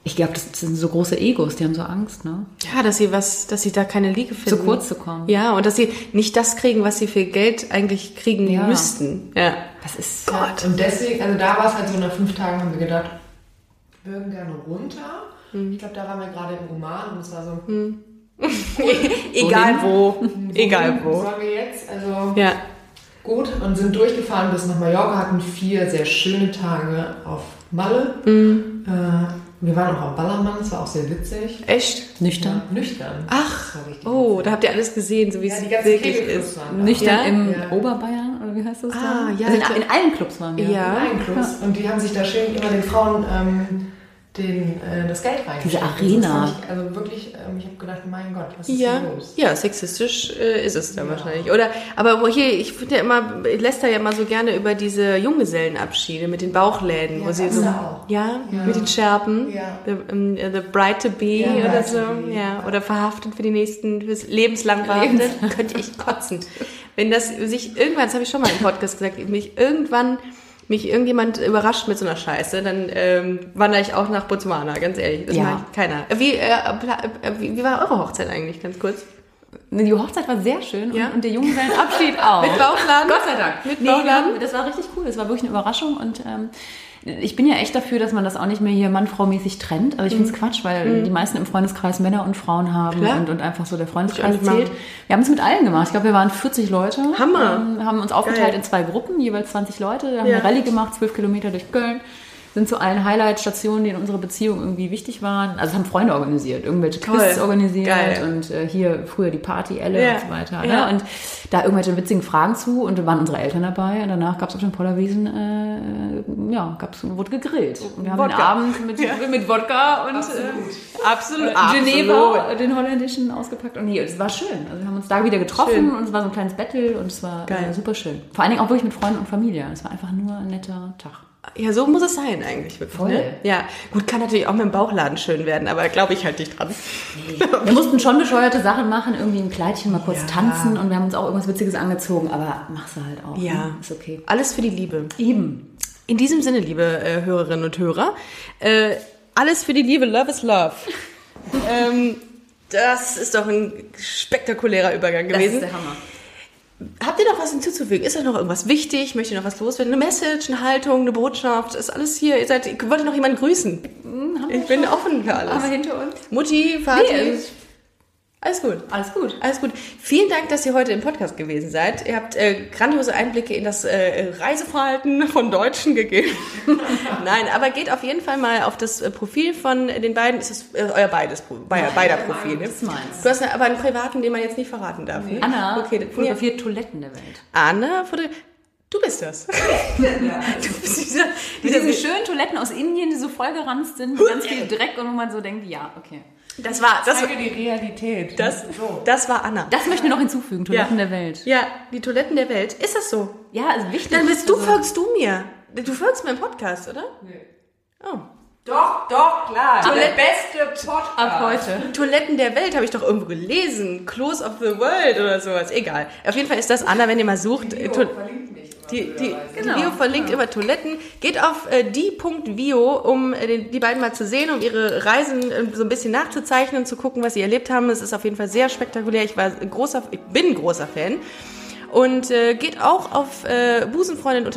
Speaker 2: ich glaube, das sind so große Egos, die haben so Angst, ne?
Speaker 1: ja, dass sie was, dass sie da keine Liege finden.
Speaker 2: Zu kurz zu kommen.
Speaker 1: Ja, und dass sie nicht das kriegen, was sie für Geld eigentlich kriegen
Speaker 2: Ja.
Speaker 1: müssten. Ja.
Speaker 2: Das ist...
Speaker 1: Gott.
Speaker 3: Und deswegen, also da war es halt so, nach fünf Tagen haben wir gedacht, mögen gerne runter.
Speaker 1: Hm.
Speaker 3: Ich glaube, da waren wir gerade im Roman und es war so,
Speaker 1: Egal wo. Egal wo.
Speaker 3: Sollen wir jetzt? Also
Speaker 1: Ja.
Speaker 3: gut und sind durchgefahren bis nach Mallorca, hatten vier sehr schöne Tage auf Malle.
Speaker 1: Mhm.
Speaker 3: Äh, wir waren auch am Ballermann, das war auch sehr witzig.
Speaker 1: Echt?
Speaker 2: Nüchtern.
Speaker 3: Nüchtern.
Speaker 1: Ach.
Speaker 3: Das war richtig
Speaker 1: Oh, da habt ihr alles gesehen, so wie
Speaker 3: Ja,
Speaker 1: es
Speaker 3: die ganzen
Speaker 1: wirklich
Speaker 3: Kegelclubs
Speaker 1: ist.
Speaker 3: waren da.
Speaker 2: Nüchtern
Speaker 1: Ja?
Speaker 2: im
Speaker 3: Ja.
Speaker 2: Oberbayern, oder wie heißt das
Speaker 1: Ah,
Speaker 2: da?
Speaker 1: ja,
Speaker 2: Also
Speaker 1: klar.
Speaker 2: in, in allen Clubs waren wir.
Speaker 1: Ja.
Speaker 3: Lion-Clubs. Und die haben sich da schön immer den Frauen ähm, den, äh, das Geld
Speaker 2: Diese
Speaker 3: reingeschickt.
Speaker 2: Arena.
Speaker 3: Das fand ich, also wirklich, ähm, ich habe gedacht, mein Gott, was ist
Speaker 1: Ja,
Speaker 3: hier los?
Speaker 1: ja, sexistisch äh, ist es da wahrscheinlich. Oder, aber wo hier, ich finde ja immer, ich lässt da ja immer so gerne über diese Junggesellenabschiede mit den Bauchläden,
Speaker 3: Ja,
Speaker 1: wo sie
Speaker 3: das
Speaker 1: so,
Speaker 3: auch.
Speaker 1: ja,
Speaker 3: Ja.
Speaker 1: mit den Scherben,
Speaker 3: Ja.
Speaker 1: the, ähm, the bride to be
Speaker 3: Ja,
Speaker 1: oder
Speaker 3: bride to
Speaker 1: so,
Speaker 3: be,
Speaker 1: ja, oder verhaftet für die nächsten, fürs lebenslang verhaftet, könnte ich kotzen. Wenn das sich irgendwann, das habe ich schon mal im Podcast gesagt, mich irgendwann mich irgendjemand überrascht mit so einer Scheiße, dann ähm, wandere ich auch nach Botswana, ganz ehrlich. Das
Speaker 2: Ja.
Speaker 1: mache ich keiner. Wie, äh, pla- äh, wie, wie war eure Hochzeit eigentlich, ganz kurz?
Speaker 2: Die Hochzeit war sehr schön
Speaker 1: Ja.
Speaker 2: und, und der Junggesellenabschied auch.
Speaker 1: Mit Bauchladen?
Speaker 2: Gott sei Dank.
Speaker 1: Mit
Speaker 2: nee, wir
Speaker 1: Bauchladen?
Speaker 2: haben, das war richtig cool. Das war wirklich eine Überraschung und ähm, ich bin ja echt dafür, dass man das auch nicht mehr hier Mann-Frau-mäßig trennt. Also ich finde es Quatsch, weil die meisten im Freundeskreis Männer und Frauen haben
Speaker 1: Mhm. Klar.
Speaker 2: und, und einfach so der
Speaker 1: Ich
Speaker 2: Freundeskreis
Speaker 1: auch nicht
Speaker 2: zählt. Wir haben es mit allen gemacht. Ich glaube, wir waren 40 Leute.
Speaker 1: Hammer.
Speaker 2: Ähm, haben uns aufgeteilt
Speaker 1: Geil.
Speaker 2: in zwei Gruppen, jeweils 20 Leute. Wir haben
Speaker 1: Ja.
Speaker 2: eine Rallye gemacht, 12 Kilometer durch Köln. Sind zu allen Highlight-Stationen, die in unserer Beziehung irgendwie wichtig waren. Also haben Freunde organisiert, irgendwelche
Speaker 1: Toll.
Speaker 2: Quiz organisiert
Speaker 1: Geil.
Speaker 2: und äh, hier früher die Party Elle
Speaker 1: Ja.
Speaker 2: und so weiter.
Speaker 1: Ja.
Speaker 2: Ne? Und da irgendwelche witzigen Fragen zu und da waren unsere Eltern dabei und danach gab es auf dem Pollerwiesen, äh, ja, gab's, wurde gegrillt. Und wir haben
Speaker 1: Wodka.
Speaker 2: den Abend mit, mit Wodka und
Speaker 1: Absolut.
Speaker 2: äh, Geneva, äh, den holländischen, ausgepackt und hier, es war schön. Also wir haben uns da wieder getroffen
Speaker 1: Schön.
Speaker 2: und es war so ein kleines Battle und es war
Speaker 1: Geil.
Speaker 2: äh, super schön. Vor allen Dingen auch wirklich mit Freunden und Familie. Es war einfach nur ein netter Tag.
Speaker 1: Ja, so muss es sein eigentlich. Wirklich,
Speaker 2: Voll.
Speaker 1: Ne? Ja, gut, kann natürlich auch mit dem Bauchladen schön werden, aber glaube ich halt nicht dran.
Speaker 2: Wir mussten schon bescheuerte Sachen machen, irgendwie ein Kleidchen mal kurz tanzen und wir haben uns auch irgendwas Witziges angezogen, aber mach's halt auch.
Speaker 1: Ja.
Speaker 2: Ne? Ist okay.
Speaker 1: Alles für die Liebe.
Speaker 2: Eben.
Speaker 1: In diesem Sinne, liebe äh, Hörerinnen und Hörer, äh, alles für die Liebe, Love is Love. ähm, das ist doch ein spektakulärer Übergang gewesen.
Speaker 2: Hammer.
Speaker 1: Habt ihr noch was hinzuzufügen? Ist euch noch irgendwas wichtig? Möchtet ihr noch was loswerden? Eine Message, eine Haltung, eine Botschaft? Ist alles hier? Ihr seid, wollt ihr noch jemanden grüßen? Ich bin offen für alles.
Speaker 2: hinter uns.
Speaker 1: Mutti, Vati.
Speaker 2: Nee, also-
Speaker 1: alles gut.
Speaker 2: Alles gut.
Speaker 1: Alles gut. Vielen Dank, dass ihr heute im Podcast gewesen seid. Ihr habt äh, grandiose Einblicke in das äh, Reiseverhalten von Deutschen gegeben. Nein, aber geht auf jeden Fall mal auf das äh, Profil von den beiden. Ist das äh, euer beides, Pro- beider, beider Profil? Ne?
Speaker 2: Das ist meins.
Speaker 1: Du hast ja aber einen privaten, den man jetzt nicht verraten darf. Ne?
Speaker 2: Anna
Speaker 1: okay, dann- ja.
Speaker 2: fotografiert Toiletten der Welt.
Speaker 1: Anna, wurde, du bist das. du bist dieser,
Speaker 2: Mit diesen
Speaker 1: dieser
Speaker 2: schönen Toiletten aus Indien, die so vollgeranzt sind, mit ganz viel Dreck und wo man so denkt, ja, okay.
Speaker 1: das war, das, war-
Speaker 3: Zeige die Realität.
Speaker 1: das,
Speaker 3: so.
Speaker 1: das war Anna.
Speaker 2: Das möchten wir noch hinzufügen, Toiletten
Speaker 1: Ja.
Speaker 2: der Welt.
Speaker 1: Ja, die Toiletten der Welt. Ist das so?
Speaker 2: Ja, ist wichtig.
Speaker 1: Dann bist du,
Speaker 2: Also,
Speaker 1: folgst du mir. Du folgst meinem Podcast, oder?
Speaker 3: Nee.
Speaker 1: Oh.
Speaker 3: Doch, doch, klar.
Speaker 2: Aber-
Speaker 3: der beste Podcast.
Speaker 2: ab heute.
Speaker 1: Toiletten der Welt habe ich doch irgendwo gelesen. Close of the World oder sowas. Egal. Auf jeden Fall ist das Anna, wenn ihr mal sucht. äh,
Speaker 3: Jo,
Speaker 1: To-
Speaker 3: verlinkt mich immer
Speaker 1: Die, die,
Speaker 3: blöderweise.
Speaker 1: die Vio verlinkt über Toiletten. Geht auf äh, die.vio, um äh, den, die beiden mal zu sehen, um ihre Reisen äh, so ein bisschen nachzuzeichnen, zu gucken, was sie erlebt haben. Es ist auf jeden Fall sehr spektakulär. Ich, war ein großer, ich bin ein großer Fan. Und äh, geht auch auf äh,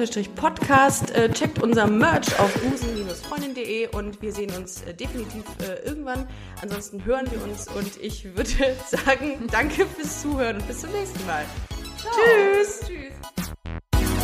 Speaker 1: busenfreundin-podcast, äh, checkt unser Merch auf busen-freundin.de und wir sehen uns äh, definitiv äh, irgendwann. Ansonsten hören wir uns und ich würde sagen, danke fürs Zuhören und bis zum nächsten Mal. Tschüss! Tschüss!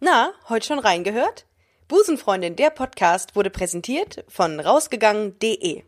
Speaker 1: Na, heute schon reingehört? Busenfreundin, der Podcast wurde präsentiert von rausgegangen.de.